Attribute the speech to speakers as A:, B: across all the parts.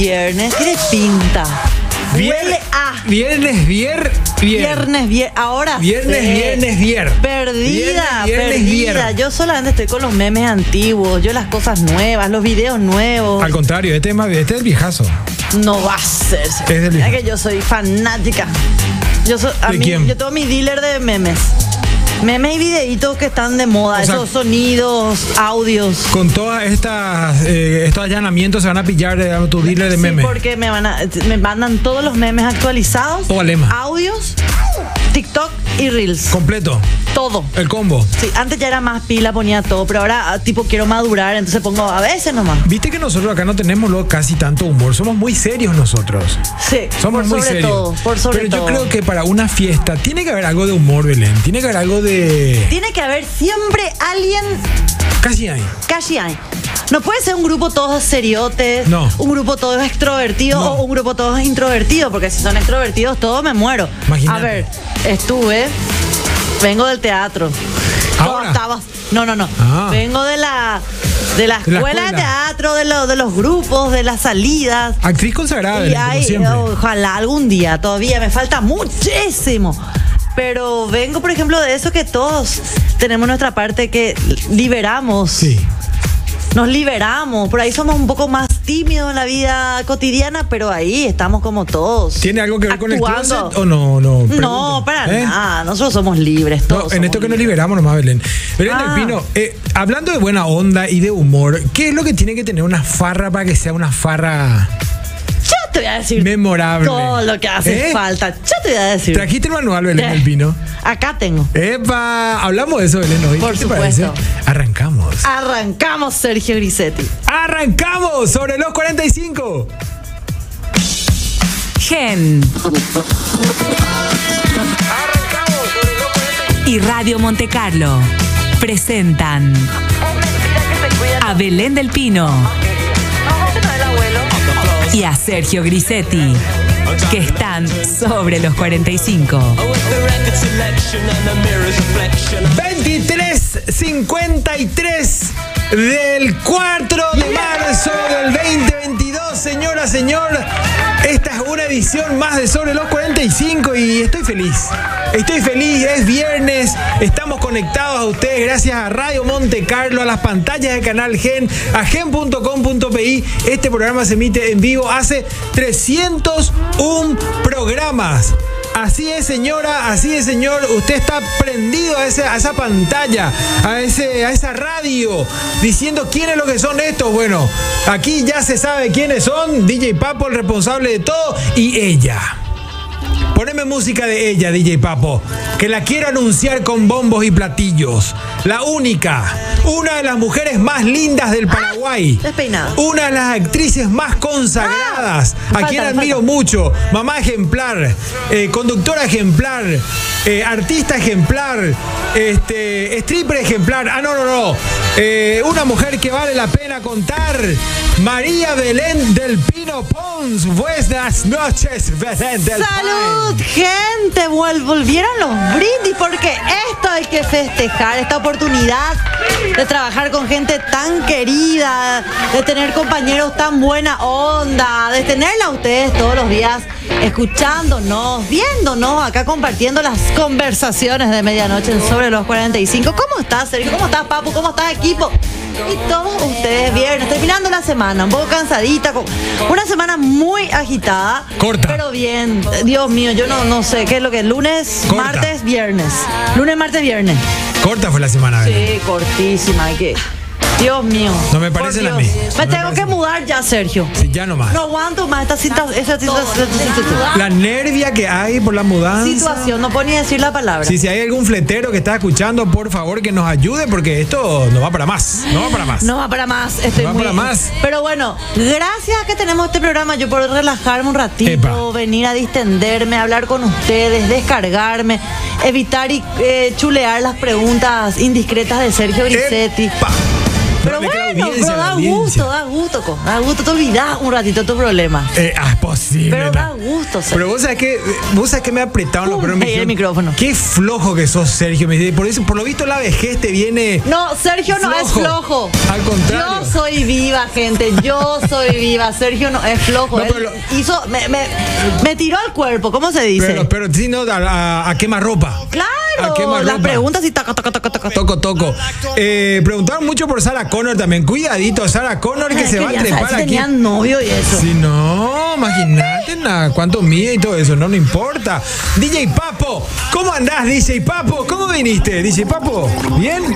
A: viernes. Tiene pinta.
B: Vier-
A: Huele a.
B: Viernes, vier, vier.
A: Viernes, vier, ahora
B: Viernes,
A: sí.
B: viernes, vier.
A: Perdida,
B: Viernes, viernes,
A: perdida.
B: vier.
A: Yo solamente estoy con los memes antiguos, yo las cosas nuevas, los videos nuevos.
B: Al contrario, este es, más- este es el viejazo.
A: No va a ser.
B: Es del-
A: Mira que yo soy fanática. Yo soy, a
B: ¿De
A: mí-
B: quién?
A: yo tengo mi dealer de memes. Memes y videitos que están de moda,
B: O sea-
A: esos sonidos, audios.
B: Con todas estas eh, estos allanamientos se van a pillar de a tu dealer de
A: Sí,
B: memes.
A: porque me, van a- me mandan todos los memes actualizados.
B: Todo lema.
A: Audios, TikTok y Reels.
B: Completo.
A: Todo.
B: El combo.
A: Sí, antes ya era más pila, ponía todo, pero ahora ah, tipo quiero madurar, entonces pongo a veces nomás.
B: Viste que nosotros acá no tenemos luego casi tanto humor. Somos muy serios nosotros.
A: Sí,
B: Somos
A: por
B: muy
A: sobre
B: serios.
A: todo, por sobre
B: Pero
A: todo.
B: yo creo que para una fiesta tiene que haber algo de humor, Belén. Tiene que haber algo de.
A: Tiene que haber siempre alguien
B: Casi ahí.
A: casi hay. No puede ser un grupo todos seriotes,
B: No.
A: un grupo todos extrovertidos
B: No.
A: o un grupo todos introvertidos, porque si son extrovertidos todos me muero.
B: Imagínate.
A: A ver, estuve, vengo del teatro.
B: ¿Ahora?
A: No, estaba- no, no, no.
B: Ah.
A: Vengo de la, de la
B: De la
A: escuela de,
B: escuela.
A: teatro, de, lo- de los grupos, de las salidas.
B: Actriz consagrada,
A: Y
B: Belén, como
A: hay- oh.
B: siempre.
A: ojalá algún día, todavía me falta muchísimo. Pero vengo, por ejemplo, de eso que todos tenemos nuestra parte que liberamos.
B: Sí.
A: Nos liberamos. Por ahí somos un poco más tímidos en la vida cotidiana, pero ahí estamos como todos.
B: ¿Tiene algo que ver con el
A: actuando.
B: closet o no? No,
A: No,
B: Pregunto.
A: para
B: ¿Eh?
A: nada. Nosotros somos libres
B: No,
A: todos.
B: en
A: somos
B: esto que nos
A: libres.
B: liberamos nomás, Belén. Belén del
A: Ah.
B: Pino, eh, hablando de buena onda y de humor, ¿qué es lo que tiene que tener una farra para que sea una farra
A: Yo te voy a decir
B: memorable?
A: todo lo que hace
B: ¿Eh?
A: falta. Yo te voy a decir.
B: ¿Trajiste el manual, Belén
A: Eh,
B: del Pino?
A: Acá tengo.
B: ¡Epa! Hablamos de eso, Belén, hoy.
A: Por
B: ¿Qué te parece?
A: supuesto.
B: Arrancamos.
A: Arrancamos, Sergio Grisetti.
B: ¡Arrancamos! Sobre los 45.
C: Gen y Radio Monte Carlo presentan a Belén del Pino y a Sergio Grisetti, que están sobre los 45.
D: With the record selection and the mirror's reflection.
B: 23.53 del 4 de marzo del 2022, señora, señor. Esta es una edición más de Sobre los 45 y estoy feliz. Estoy feliz, es viernes, estamos conectados a ustedes gracias a Radio Monte Carlo, a las pantallas de Canal Gen, a gen.com.pi. Este programa se emite en vivo hace 301 programas. Así es, señora, así es, señor. Usted está prendido a, ese- a esa pantalla, a, ese, a esa radio, diciendo quiénes lo que son estos. Bueno, aquí ya se sabe quiénes son. DJ Papo, el responsable de todo, y ella. Poneme música de ella, DJ Papo, que la quiero anunciar con bombos y platillos. La única, una de las mujeres más lindas del Paraguay.
A: Ah, despeinada.
B: Una de las actrices más consagradas.
A: Ah, me
B: a quien
A: falta, me
B: admiro mucho. Mamá ejemplar, eh, conductora ejemplar, eh, artista ejemplar, este, stripper ejemplar. Ah, no, no, no. Eh, una mujer que vale la pena contar. María Belén del Pino Pons. Buenas noches, Belén del
A: ¡Salud, gente! Vol- volvieron los brindis porque esto hay que festejar, esta oportunidad de trabajar con gente tan querida, de tener compañeros tan buena onda, de tenerla a ustedes todos los días escuchándonos, viéndonos acá compartiendo las conversaciones de medianoche en sobre los 45. ¿Cómo estás, Sergio? ¿Cómo estás, Papu? ¿Cómo estás, equipo? Y todos ustedes viernes, terminando la semana, un poco cansadita, con- una semana muy agitada.
B: Corta.
A: Pero bien, Dios mío, yo no, no sé qué es lo que es. Lunes,
B: Corta.
A: martes, viernes. Lunes, martes, viernes.
B: Pine. Corta fue la semana, Belén.
A: Sí, cortísima. Que... Dios mío.
B: No me
A: Por
B: parecen
A: Dios.
B: a mí. No
A: Me
B: me
A: tengo
B: parecen.
A: que mudar ya, Sergio.
B: Sí, ya nomás.
A: No aguanto más esta, cita- esta cita-
B: La nervia que hay por la mudanza.
A: situación. No puedo ni decir la palabra.
B: Si, si hay algún fletero que está escuchando, por favor que nos ayude porque esto no va para más. No va para más.
A: No va para más, estoy
B: No va
A: muy-
B: para más.
A: Pero bueno, gracias a que tenemos este programa, yo puedo relajarme un ratito,
B: Epa.
A: venir a distenderme, hablar con ustedes, descargarme, evitar y eh, chulear las preguntas indiscretas de Sergio Grisetti.
B: Epa.
A: Pero
B: le queda
A: bueno,
B: audiencia,
A: pero da
B: la audiencia.
A: gusto, da gusto, co. da gusto. Te olvidás un ratito tu problema.
B: Eh, ah, es posible.
A: Pero da
B: ¿no?
A: gusto, Sergio.
B: Pero vos sabés que, vos sabés que me apretaron los
A: Pum,
B: pelos. me
A: ahí el
B: dijeron,
A: micrófono.
B: Qué flojo que sos, Sergio. Me dice, por, eso, por lo visto la vejez te viene...
A: No, Sergio no es
B: Flojo.
A: flojo.
B: Al contrario.
A: Yo soy viva, gente. Yo soy viva. Sergio no es flojo.
B: No,
A: Él
B: pero lo-
A: hizo, me, me- me tiró al cuerpo. ¿Cómo se dice?
B: Pero, Ah, pero sí, ¿no? A, a, a quemarropa.
A: claro.
B: A quemarropa.
A: Las preguntas y taca, taca, taca, taca.
B: Toco, toco. Eh, preguntaron mucho por Sarah Connor también. Cuidadito, Sarah Connor que
A: Es
B: se va a
A: ya sabes
B: trepar
A: si
B: aquí.
A: tenían novio y eso.
B: Si no, imagínate nada, cuánto mide y todo eso, no, no importa. DJ Papo, ¿cómo andás, DJ Papo? ¿Cómo viniste, DJ Papo? ¿Bien?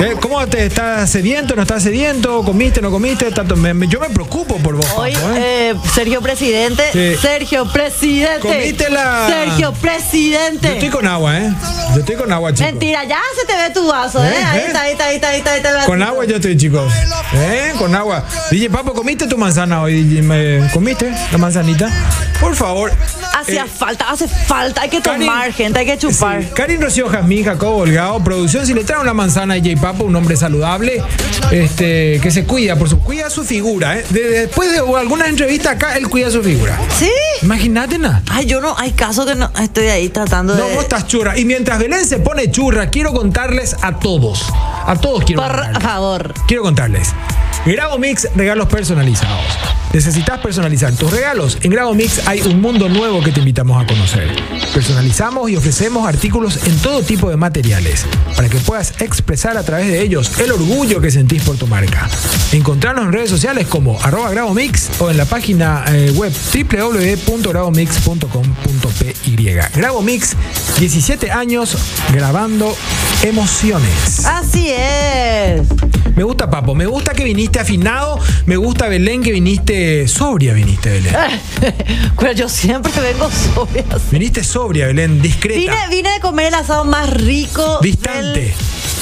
B: Eh, ¿Cómo te estás sediento, no estás sediento? ¿Comiste, no comiste? Tanto, me- me- yo me preocupo por vos,
A: Hoy,
B: Papo, ¿eh?
A: eh, Sergio Presidente.
B: Sí.
A: Sergio Presidente.
B: Comiste la-
A: Sergio
B: Yo
A: Presidente.
B: estoy con agua, ¿eh? Yo estoy con agua, chicos.
A: Mentira, ya se te ve tu vaso, ¿eh?
B: ¿Eh?
A: Ahí
B: ¿Eh?
A: está, ahí está, ahí está, ahí está. ahí está el
B: Con
A: vasito.
B: agua yo estoy, chicos. ¿Eh? Con agua. DJ Papo, ¿comiste tu manzana hoy? DJ? ¿Me- ¿Comiste la manzanita? Por favor.
A: Hacía
B: Eh,
A: falta, hace falta. Hay que
B: Karin-
A: tomar, gente, hay que chupar.
B: Sí. Karin Rocío Jazmín, Jacobo Holgado, producción. Si le trae una manzana a J. Papo, un hombre saludable, este, que se cuida, por su, cuida su figura. ¿eh? De- después de algunas entrevistas acá, él cuida su figura.
A: ¿Sí?
B: Imagínate nada.
A: Ay, yo no, hay casos que no estoy ahí tratando
B: No,
A: de.
B: vos estás churra. Y mientras Belén se pone churra, quiero contarles a todos. A todos quiero
A: Por
B: contarles.
A: favor.
B: Quiero contarles. Grabo Mix, regalos personalizados. Necesitas personalizar tus regalos. En Grabo Mix hay un mundo nuevo que te invitamos a conocer. Personalizamos y ofrecemos artículos en todo tipo de materiales para que puedas expresar a través de ellos el orgullo que sentís por tu marca. Encontrarnos en redes sociales como arroba Grabo Mix o en la página eh, web www.grabomix.com.py. Grabo Mix, 17 años grabando emociones.
A: Así es.
B: Me gusta, Papo. Me gusta que viniste afinado. Me gusta, Belén, que viniste sobria, viniste,
A: Eh.
B: Belén.
A: Pero Pues yo siempre vengo sobria.
B: Viniste sobria, Belén,
A: Vine,
B: discreta.
A: vine de comer el asado más rico
B: Distante.
A: del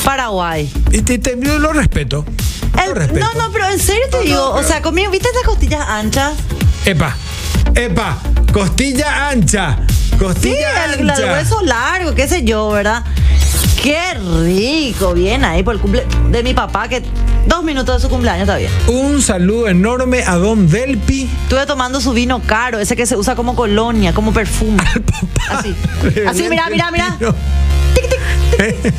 A: Paraguay.
B: Y Este, te- te- yo lo respeto.
A: El-
B: lo respeto.
A: Eh, no, no, pero en serio te digo, o sea, comí, ¿viste estas costillas anchas?
B: Epa, epa, costilla ancha.
A: Sí,
B: Costilla
A: el, la
B: ancha.
A: del hueso largo, qué sé yo, ¿verdad? Qué rico, bien ahí por el cumple de mi papá, que dos minutos de su cumpleaños está bien.
B: Un saludo enorme a Don Delpi.
A: Estuve tomando su vino caro, ese que se usa como colonia, como perfume. Así. Así, mira, mira, mira.
B: Copió Eh.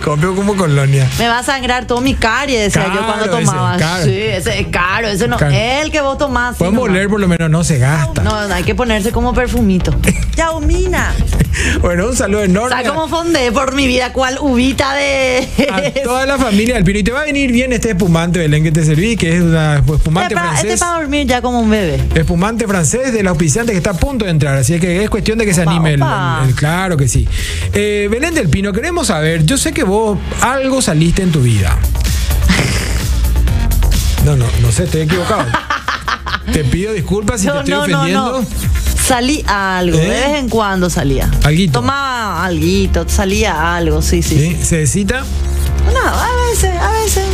B: como colonia.
A: Me va a sangrar todo mi caries, decía
B: Caro
A: yo cuando
B: ese,
A: tomaba.
B: caro.
A: Sí, ese es caro, ese no.
B: Caro.
A: El que vos tomás. sí,
B: Podemos
A: nomás.
B: leer, por lo menos no se gasta.
A: No, no, hay que ponerse como perfumito. Yaumina.
B: Bueno, un saludo enorme.
A: ¿Sabes
B: a-
A: cómo fondé por mi vida? ¿Cuál ubita de.? este
B: a toda la familia del Pino. Y te va a venir bien este espumante, Belén, que te serví, que es una pues,
A: Este
B: espumante
A: para, este
B: francés.
A: para dormir ya como un bebé.
B: Espumante francés del auspiciante que está a punto de entrar, así que es cuestión de que se
A: Opa,
B: anime el,
A: opa.
B: el- el- Claro que sí. Eh, Belén del Pino, queremos saber, yo sé que vos algo saliste en tu vida. No, no, no sé, estoy equivocado. Te pido disculpas si te
A: No,
B: estoy
A: no, no,
B: ofendiendo.
A: no. Salí algo,
B: ¿Eh?
A: de vez en cuando salía.
B: Alguito.
A: Tomaba alguito, salía algo, sí, sí. sí.
B: ¿Sí? ¿Se excita?
A: No, a veces, a veces.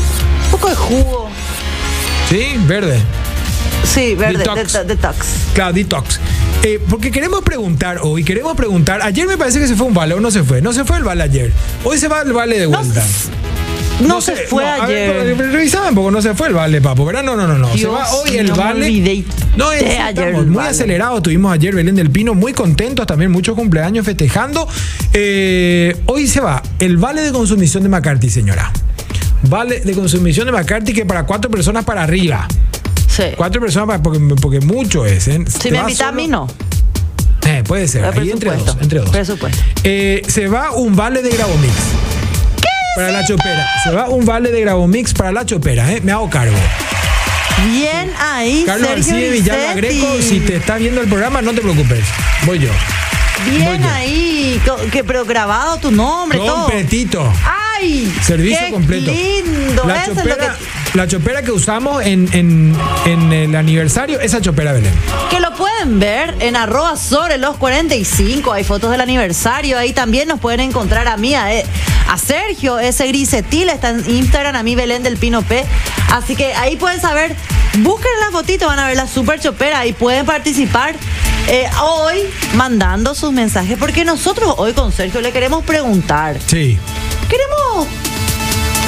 A: Un poco de jugo.
B: Sí, verde.
A: Sí, verde,
B: Detox.
A: detox. detox.
B: Claro, detox. Eh, porque queremos preguntar hoy, queremos preguntar. Ayer me parece que se fue un vale o no se fue. No se fue el vale ayer. Hoy se va el vale de vuelta.
A: No, se fue
B: no, a ver,
A: ayer.
B: pero revisaba un poco, no se fue el vale, papo, ¿verdad? No, no, no, no. se
A: Dios,
B: va hoy
A: no
B: el
A: me
B: vale.
A: olvidé
B: no,
A: de
B: es,
A: ayer
B: estamos
A: el
B: muy
A: vale.
B: acelerado. Tuvimos ayer Belén del Pino, muy contentos también, muchos cumpleaños festejando. Eh, hoy se va el vale de consumición de McCarthy, señora. Vale de consumición de McCarthy que para cuatro personas para arriba.
A: Sí.
B: Cuatro personas para, porque, porque mucho es. ¿eh?
A: Si
B: Te
A: me
B: vas
A: invita a
B: solo-
A: mí, no.
B: Eh, puede ser,
A: Ah,
B: ahí entre
A: presupuesto,
B: dos. Entre dos.
A: presupuesto.
B: Eh, se va un vale de Grabomix. Para la chopera. Se va un vale de Grabomix para la chopera, ¿eh? Me hago cargo.
A: Bien ahí,
B: Carlos
A: Sergio
B: García de Villalba
A: Vicenti.
B: Greco, si te estás viendo el programa, no te preocupes. Voy yo.
A: Bien
B: Voy yo.
A: ahí, co- que, pero grabado tu nombre, todo.
B: Completito.
A: ¡Ay!
B: Servicio
A: qué
B: completo.
A: lindo!
B: La
A: Eso es
B: chopera,
A: lo que,
B: la chopera que usamos en, en- en el aniversario, esa chopera Belén.
A: que lo pueden ver en arroba sobre los 45. Hay fotos del aniversario. Ahí también nos pueden encontrar a mí, a, eh, a Sergio, ese grisetil. Está en Instagram, a mí Belén del Pino P. Así que ahí pueden saber. Busquen las fotitos, van a ver la super chopera y pueden participar eh, hoy mandando sus mensajes. Porque nosotros hoy con Sergio le queremos preguntar.
B: Sí.
A: Queremos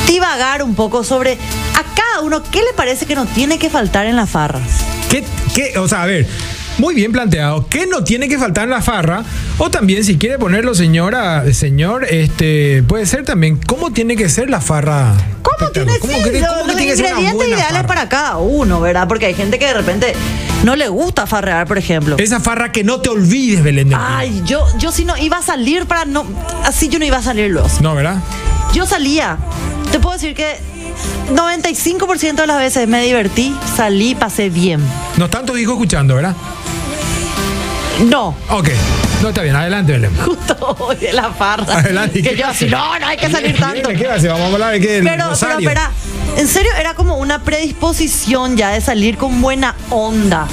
A: divagar un poco sobre a cada uno qué le parece que no tiene que faltar en las farras.
B: ¿Qué, qué- o sea, a ver, muy bien planteado. ¿Qué no tiene que faltar en la farra? O también, si quiere ponerlo, señora, señor, este, puede ser también, ¿cómo tiene que ser la farra?
A: ¿Cómo tiene
B: ¿Cómo
A: sí,
B: que-
A: lo-
B: cómo que
A: los
B: tiene que ser una
A: ingredientes
B: buena
A: ideales
B: farra?
A: para cada uno, verdad? Porque hay gente que de repente no le gusta farrear, por ejemplo.
B: Esa farra que no te olvides, Belén. del Pino.
A: Ay, yo, yo si no iba a salir para no. Así yo no iba a salir luego.
B: No, ¿verdad?
A: Yo salía. Te puedo decir que 95% de las veces me divertí, salí, pasé bien.
B: No tanto dijo escuchando, ¿verdad?
A: No,
B: Ok. No, está bien. Adelante, Belén.
A: justo hoy de la farra.
B: Adelante.
A: Que yo así, no, no hay que salir tanto.
B: ¿Qué va a hacer? Vamos a hablar de qué. del
A: Pero, pero,
B: Rosario.
A: espera, en serio, era como una predisposición ya de salir con buena onda.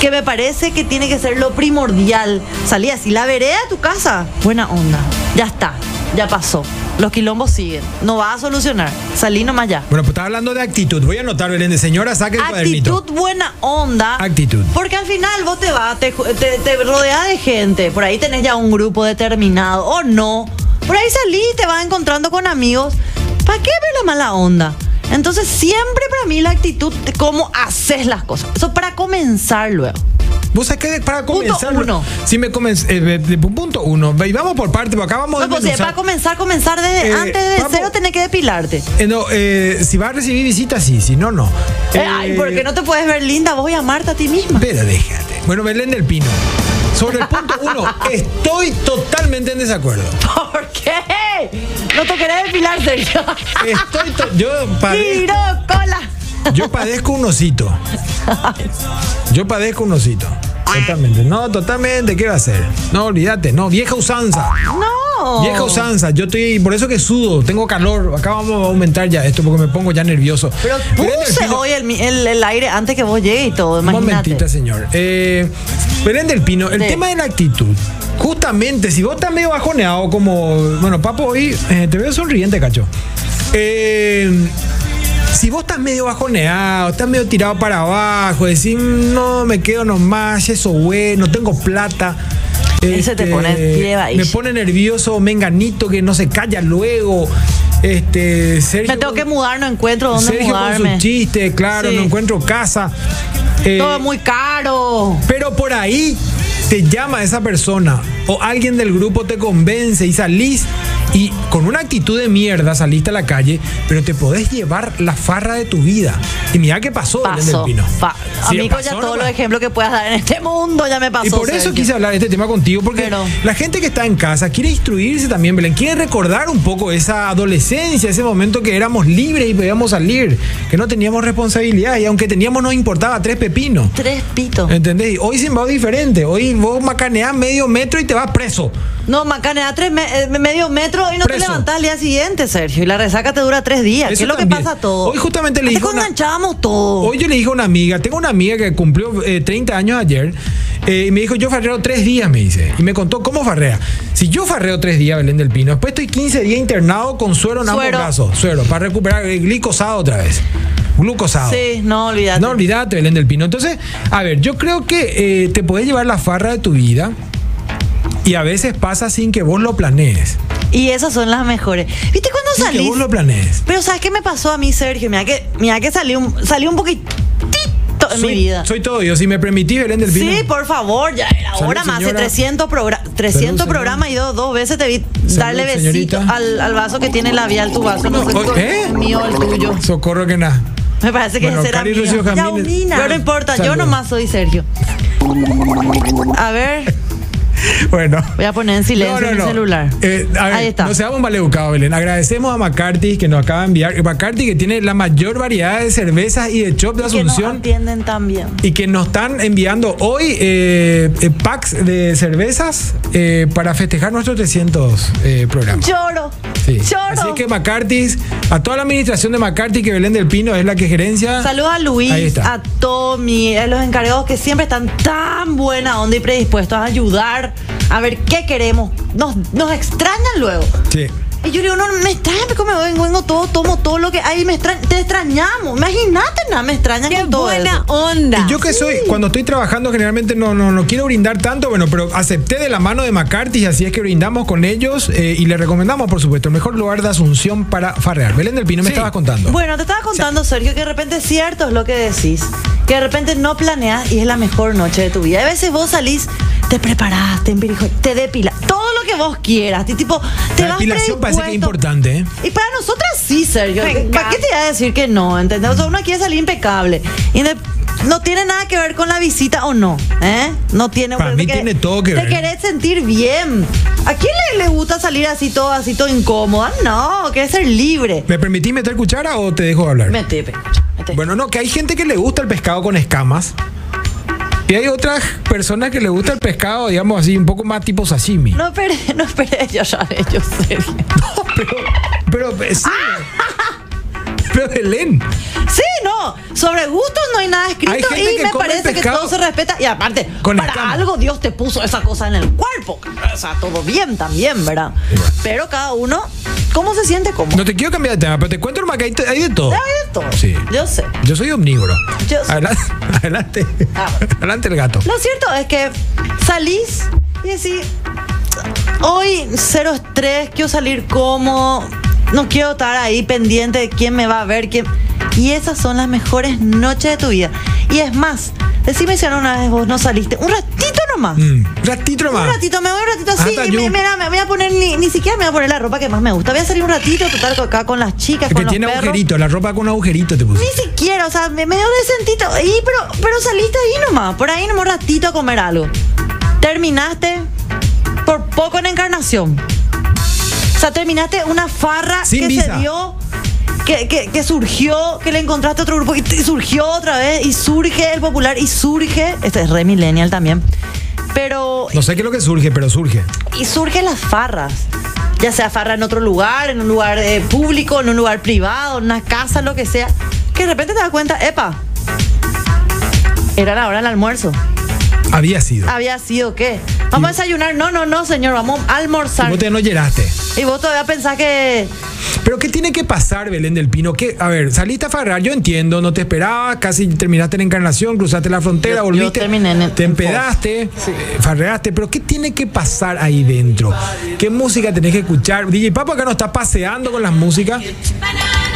A: Que me parece que tiene que ser lo primordial. Salí así, la vereda de tu casa, buena onda. Ya está, ya pasó. Los quilombos siguen. No va a solucionar. Salí nomás ya.
B: Bueno, pues está hablando de actitud. Voy a anotar, Belén de señora, saque el
A: Actitud
B: cuadernito.
A: buena onda.
B: Actitud.
A: Porque al final vos te vas, te, ju- te, te rodeas de gente. Por ahí tenés ya un grupo determinado o no. Por ahí salís y te vas encontrando con amigos. ¿Para qué ver la mala onda? Entonces siempre para mí la actitud de cómo haces las cosas. Eso para comenzar luego.
B: Vos sabés que de- para
A: Punto
B: comenzar.
A: uno.
B: Si me comenz- eh, de- de- punto uno. Ve, Y vamos por parte, porque acá vamos
A: No, pues, si es
B: desmenuzar.
A: para comenzar, comenzar desde
B: Eh,
A: antes de
B: vamos-
A: cero tenés que depilarte.
B: Eh, no, eh, si va a recibir visitas, sí. Si no, no.
A: Eh, ay,
B: Eh,
A: porque no te puedes ver linda, voy a amarte a ti misma.
B: Pero déjate. Bueno, Belén del Pino. Sobre el punto uno, estoy totalmente en desacuerdo.
A: ¿Por qué? No te querés depilar, Sergio.
B: Estoy to- yo
A: Tiro
B: padezco,
A: cola.
B: yo padezco un osito. Yo padezco un osito. Totalmente. No, totalmente. ¿Qué va a hacer? No, olvídate. No, vieja usanza.
A: No.
B: Vieja usanza. Yo estoy. Por eso que sudo. Tengo calor. Acá vamos a aumentar ya esto porque me pongo ya nervioso.
A: Pero
B: Belén del
A: puse
B: Pino-
A: hoy el, mi- el- el aire antes que vos llegues y todo,
B: Un
A: imagínate.
B: momentito, señor. Eh, Belén del Pino, el
A: Sí.
B: tema de la actitud. Justamente, si vos estás medio bajoneado, como. Bueno, papo, hoy eh, te veo sonriente, cacho. Eh, si vos estás medio bajoneado, estás medio tirado para abajo, decís, no, me quedo nomás, eso güey, no tengo plata. Este,
A: Ese te pone pie baix.
B: Me pone nervioso, me enganito, que no se calla luego. Este, Sergio,
A: Me tengo que mudar, no encuentro dónde
B: Sergio con
A: mudarme.
B: su chiste, claro,
A: Sí.
B: no encuentro casa. Eh,
A: Todo es muy caro.
B: pero por ahí te llama esa persona o alguien del grupo te convence y salís y con una actitud de mierda saliste a la calle, pero te podés llevar la farra de tu vida. Y mira qué pasó, Belén
A: Paso.
B: del Pino.
A: Pa-
B: Sí,
A: Amigo,
B: pasó
A: ya todos
B: nomás.
A: los ejemplos que puedas dar en este mundo ya me pasó.
B: Y por eso
A: Sergio.
B: quise hablar de este tema contigo, porque
A: Pero-
B: la gente que está en casa quiere instruirse también, Belén, quiere recordar un poco esa adolescencia, ese momento que éramos libres y podíamos salir, que no teníamos responsabilidad y aunque teníamos nos importaba tres pepinos.
A: Tres pitos.
B: ¿Entendés? Y Hoy Zimbabue es diferente. Hoy vos macaneás medio metro y te vas preso.
A: No, macanea tres me- eh, medio metro y no te
B: Preso.
A: levantás al día siguiente, Sergio. Y la resaca te dura tres días.
B: Eso
A: ¿Qué es lo
B: también.
A: que pasa a todo?
B: Hoy justamente le
A: Antes
B: dijo una-
A: enganchábamos todo.
B: Hoy yo le dije a una amiga, tengo una amiga que cumplió eh, 30 años ayer, eh, y me dijo, yo farreo tres días, me dice. Y me contó cómo farrea. Si yo farreo tres días, Belén del Pino, después estoy 15 días internado con suero en
A: Suero.
B: ambos brazos. Suero, para recuperar el glicosado otra vez. Glucosado.
A: Sí, no olvidate.
B: No olvidate, Belén del Pino. Entonces, a ver, yo creo que eh, te podés llevar la farra de tu vida y a veces pasa sin que vos lo planees.
A: y esas son las mejores. ¿Viste cuando
B: Sin que
A: salís?
B: vos lo planees.
A: Pero ¿sabes qué me pasó a mí, Sergio? Mira que, mira que salí un, salí un poquitito en
B: soy,
A: mi vida.
B: Soy todo yo. Si me permitís, Belén del Pino.
A: Sí, por favor, ya era
B: Salud,
A: hora más. Hace
B: señora.
A: 300, progra- 300
B: señora.
A: programas y dos, dos veces te vi darle besito
B: señorita.
A: al, al vaso que tiene labial tu vaso. No sé
B: Oh,
A: cuál
B: ¿eh?
A: es mío el tuyo.
B: Socorro que nada.
A: Me parece que
B: Bueno,
A: ese era
B: Cari
A: mío.
B: Rocío
A: Ya,
B: Jamil-
A: Unina. Pero no importa, yo
B: Salud.
A: nomás soy Sergio. A ver,
B: Bueno.
A: voy a poner en silencio mi celular.
B: Eh, a ver,
A: Ahí está.
B: No seamos maleducados, Belén. Agradecemos a McCarthy que nos acaba de enviar. eh, McCarthy que tiene la mayor variedad de cervezas y de chop de
A: que nos
B: Asunción.
A: atienden también.
B: y que nos están enviando hoy eh, eh, packs de cervezas eh, para festejar nuestros 300 eh, programas.
A: Lloro.
B: Sí. Así
A: Lloro.
B: que McCarthy, a toda la administración de McCarthy, que Belén del Pino es la que gerencia.
A: Saludos a
B: Ahí
A: Luis,
B: está.
A: a Tommy, a los encargados que siempre están tan buena onda y predispuestos a ayudar, a ver qué queremos. Nos, nos extrañan luego.
B: Sí.
A: Y yo le digo, no, me extraña, como vengo, vengo todo, tomo todo lo que hay, me extraña, te extrañamos. Imagínate, nada, me extrañan
C: Qué
A: con todo
C: buena
A: eso.
C: onda.
B: Y yo que soy, cuando estoy trabajando generalmente no, no, no quiero brindar tanto, bueno, pero acepté de la mano de McCarthy, así es que brindamos con ellos eh, y le recomendamos, por supuesto, el mejor lugar de Asunción para farrear. Belén del Pino, me
E: Sí.
B: estabas contando.
A: Bueno, te estaba contando, Sergio, que de repente es cierto es lo que decís. Que de repente no planeas y es la mejor noche de tu vida. A veces vos salís, te preparás, te empirijo, te depilas, todo lo que vos quieras. Y tipo, te
B: la
A: vas
B: depilación parece que es
A: predispuesto.
B: importante, ¿eh?
A: Y para nosotras sí, Sergio.
C: Me
A: ¿Para
C: encanta.
A: qué te voy a decir que no? ¿Entendés? O sea, uno quiere salir impecable. Y de- no tiene nada que ver con la visita o no. ¿eh? No tiene
B: Para
A: porque
B: mí
A: te
B: tiene todo que ver.
A: Te querés sentir bien. ¿A quién le, le gusta salir así todo, así todo incómoda? No, querés ser libre.
B: ¿Me permitís meter cuchara o te dejo hablar?
A: Mete, pe- mete.
B: Bueno, no, que hay gente que le gusta el pescado con escamas. Y hay otras personas que le gusta el pescado, digamos así, un poco más tipo sashimi.
A: No esperé, no esperé, yo ya sé, yo sé.
B: Pero, pero, eh, sí.
A: Ah.
B: Pero Belén.
A: Sí, no, sobre gustos no hay nada
B: Hay
A: escrito
B: gente
A: y
B: que
A: me
B: come
A: parece que
B: pescado
A: todo se respeta. Y aparte,
B: con
A: para
B: escama.
A: algo Dios te puso esa cosa en el cuerpo. O sea, todo bien también, ¿verdad? Pero cada uno, ¿cómo se siente cómodo?
B: No te quiero cambiar de tema, pero te cuento nomás que hay, hay de todo.
A: Hay de todo.
B: Sí.
A: Yo sé.
B: Yo soy omnívoro.
A: Yo sé.
B: Adelante, adelante,
A: Ah.
B: adelante el gato.
A: Lo cierto es que salís y decís, hoy cero estrés, quiero salir cómodo, no quiero estar ahí pendiente de quién me va a ver, quién... Y esas son las mejores noches de tu vida. Y es más, decime si alguna vez vos no saliste, un ratito nomás.
B: Mm, ratito nomás.
A: Un ratito, me voy un ratito así
B: Hasta
A: y
B: yo.
A: me, mira, me voy a poner, ni, ni siquiera me voy a poner la ropa que más me gusta. Voy a salir un ratito, total, acá con las chicas,
B: Que
A: con los
B: tiene
A: perros.
B: agujerito, la ropa con agujerito te puse.
A: Ni siquiera, o sea, me medio decentito. Y pero, pero saliste ahí nomás, por ahí nomás un ratito a comer algo. Terminaste por poco en encarnación. O sea, terminaste una farra
B: Sin
A: que
B: visa.
A: se dio, que, que- que surgió, que le encontraste otro grupo y, y surgió otra vez, y surge el popular, y surge. Este es re millennial también. Pero
B: No sé qué es lo que surge, pero surge.
A: y surgen las farras. Ya sea farra en otro lugar, en un lugar eh, público, en un lugar privado, en una casa, lo que sea. Que de repente te das cuenta, epa, era la hora del almuerzo.
B: Había sido.
A: Había sido qué. Vamos a desayunar. No, no, no, señor, vamos a
B: Y
A: almorzar.
B: vos te no llenaste.
A: Y vos todavía pensás que
B: Pero ¿qué tiene que pasar, Belén del Pino? Que, a ver, saliste a farrar, yo entiendo, no te esperabas, casi terminaste en encarnación, cruzaste la frontera,
A: Yo- yo
B: volviste.
A: terminé en-
B: te
A: en
B: empedaste, eh, farreaste, pero ¿qué tiene que pasar ahí dentro? ¿Qué música tenés que escuchar? DJ Papo acá no está paseando con las músicas.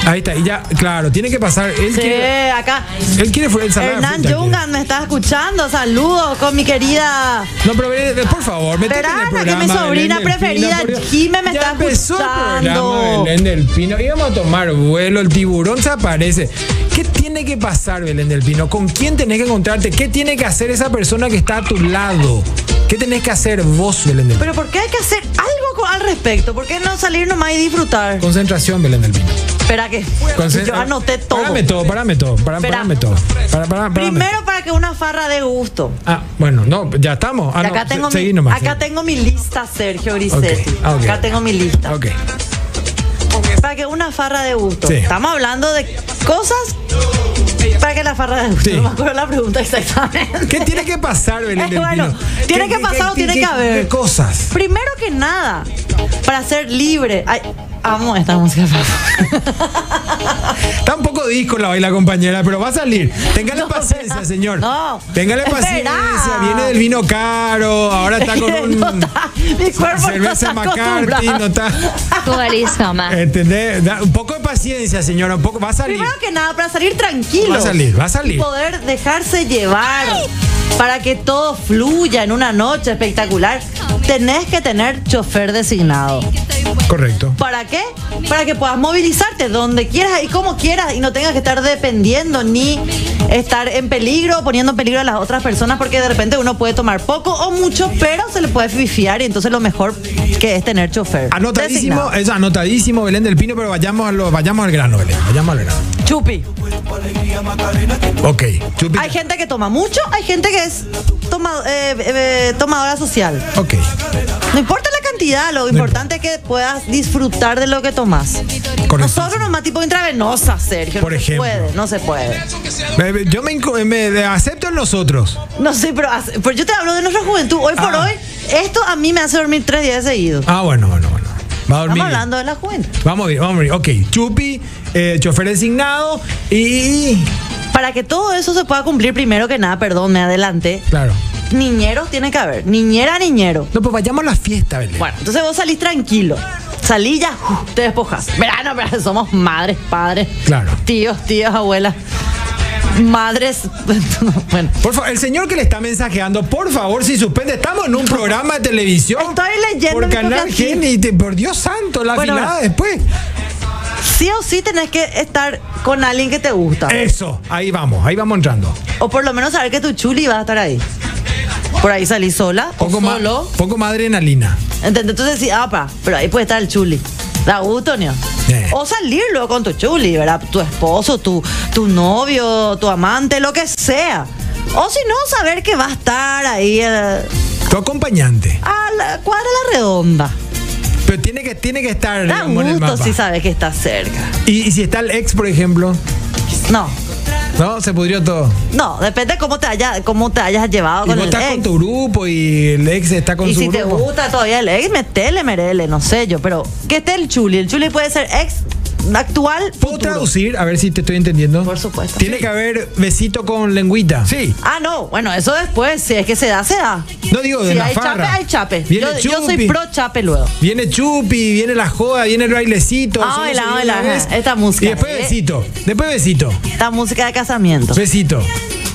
B: Ahí está, y ya, claro, tiene que pasar. Él
A: Sí,
B: quiere.
A: acá.
B: Él quiere fue- ensalada de
A: Hernán
B: fruta, quiere.
A: Yungan me está escuchando. Saludos con mi querida.
B: No, pero Belén, eh, por favor, metete en el
A: Verana, que
B: programa.
A: mi sobrina
B: Belén del
A: preferida,
B: Pino, por Dios.
A: Jime, me
B: Ya
A: está
B: empezó el
A: escuchando.
B: programa, Belén del Pino. Íbamos a tomar vuelo, el tiburón se aparece. ¿Qué tiene que pasar, Belén del Pino? ¿Con quién tenés que encontrarte? ¿Qué tiene que hacer esa persona que está a tu lado? ¿Qué tenés que hacer vos, Belén del Pino?
A: Pero ¿por qué hay que hacer algo co- al respecto? ¿Por qué no salir nomás y disfrutar?
B: Concentración, Belén del Pino.
A: Espera que
B: Concent-
A: yo anoté todo.
B: Parame todo, parame todo. Parame,
A: Espera.
B: parame todo. Para, para, parame.
A: Primero para que una farra de gusto.
B: Ah, bueno, no, ya estamos. Ah,
A: Y
B: no,
A: acá
B: se-
A: tengo,
B: seguí
A: mi,
B: nomás. eh.
A: acá tengo mi lista, Sergio Grisetti.
B: Ok, ah, ok.
A: Acá tengo mi lista.
B: Ok.
A: Para que una farra de gusto.
B: Sí.
A: Estamos hablando de cosas para que la farra de gusto.
B: Sí.
A: No me acuerdo la pregunta exactamente.
B: ¿Qué tiene que pasar, Belén
A: Eh,
B: del
A: bueno,
B: Pino?
A: tiene
B: ¿Qué-
A: que
B: qué-
A: pasar o
B: qué-
A: tiene
B: qué-
A: que haber?
B: qué cosas?
A: Primero que nada, para ser libre. Ay, amo esta música.
B: Tampoco disco la baila compañera, pero va a salir. Téngale
A: No,
B: paciencia,
A: espera.
B: señor.
A: No.
B: Téngale
A: Espera.
B: paciencia. Viene del vino caro. Ahora está con un.
A: No está- mi cuerpo no
B: cerveza
A: está
B: McCarthy,
A: acostumbrado.
B: no está. ¿Entendés? Da- Un poco de paciencia, señora. Un poco. Va a salir.
A: Primero que nada, para salir tranquilo.
B: Va a salir, va a salir.
A: Y poder dejarse llevar. Para que todo fluya en una noche espectacular, tenés que tener chofer designado.
B: Correcto.
A: ¿Para qué? Para que puedas movilizarte donde quieras y como quieras y no tengas que estar dependiendo ni estar en peligro, poniendo en peligro a las otras personas, porque de repente uno puede tomar poco o mucho, pero se le puede fifiar y entonces lo mejor que es tener chofer.
B: Anotadísimo,
A: designado.
B: es anotadísimo Belén del Pino, pero vayamos, a lo- vayamos al grano, Belén. Vayamos al grano.
A: Chupi.
B: Ok. Chupi.
A: Hay gente que toma mucho, hay gente que es toma- eh, eh, tomadora social.
B: Ok.
A: No importa la cantidad, lo importante es que puedas disfrutar de lo que tomas.
B: Correcto.
A: Nosotros nomás tipo intravenosa, Sergio.
B: Por
A: no
B: ejemplo.
A: se puede, no se puede.
B: Eh, Yo me, inco- me- me acepto en nosotros.
A: No sé, pero, hace- pero yo te hablo de nuestra juventud. Hoy por
B: Ah.
A: hoy, esto a mí me hace dormir tres días seguidos.
B: Ah, bueno, bueno, bueno. Va a dormir.
A: Estamos hablando de la juventud.
B: Vamos a ver, vamos a ver. Ok, Chupi, eh, chofer designado y.
A: Para que todo eso se pueda cumplir, primero que nada, perdón, me adelanté.
B: Claro.
A: Niñeros tiene que haber. Niñera, niñero.
B: No, pues vayamos a la fiesta, Belén.
A: Bueno, entonces vos salís tranquilo. Salís ya, ¡uh! te despojas. Verano, verano, somos madres, padres.
B: Claro.
A: Tíos, tías, abuelas. Madres. bueno.
B: Por favor, el señor que le está mensajeando, por favor, si suspende, estamos en un programa de televisión.
A: Estoy leyendo
B: Por
A: mi
B: canal
A: propia cita.
B: Geni, te- por Dios santo, la
A: Bueno,
B: filada
A: bueno.
B: después.
A: Sí o sí tenés que estar con alguien que te gusta.
B: Eso, ahí vamos, ahí vamos entrando.
A: O por lo menos saber que tu chuli va a estar ahí. Por ahí salís sola o
B: Poco, ma-
A: solo.
B: poco más adrenalina.
A: ¿Entendés? Entonces sí, ah, pa, pero ahí puede estar el chuli. Da gusto, ¿no?
B: Eh.
A: O salir luego con tu chuli, ¿verdad? Tu esposo, tu, tu novio, tu amante, lo que sea. O si no, saber que va a estar ahí eh,
B: Tu acompañante.
A: a la cuadra de la redonda.
B: Pero tiene que, tiene que estar
A: Da
B: digamos, en el
A: gusto
B: mapa.
A: si sabes que está cerca.
B: Y, y si está el ex, por ejemplo,
A: No,
B: ¿no? Se pudrió todo.
A: no, depende de cómo te, haya, cómo te hayas llevado
B: Y
A: con
B: vos
A: el
B: estás
A: ex.
B: con tu grupo y el ex está con
A: y
B: su
A: si te
B: grupo.
A: gusta todavía el ex, metele, merele, no sé yo, pero que esté el chuli. El chuli puede ser ex, actual,
B: ¿Puedo
A: futuro.
B: traducir? A ver si te estoy entendiendo.
A: Por supuesto.
B: Tiene que haber besito con lengüita. Sí.
A: Ah, no, bueno, eso después, si es que se da, se da.
B: No digo de
A: si
B: la
A: hay
B: farra.
A: chape, hay chape.
B: Viene
A: Yo, yo
B: chupi.
A: soy pro chape luego.
B: Viene chupi, viene la joda, viene el bailecito.
A: Ah,
B: solo
A: hola,
B: se vive
A: hola,
B: una vez.
A: ajá, esta música,
B: Y después
A: ¿eh?
B: besito. Después besito.
A: Esta música de casamiento.
B: Besito.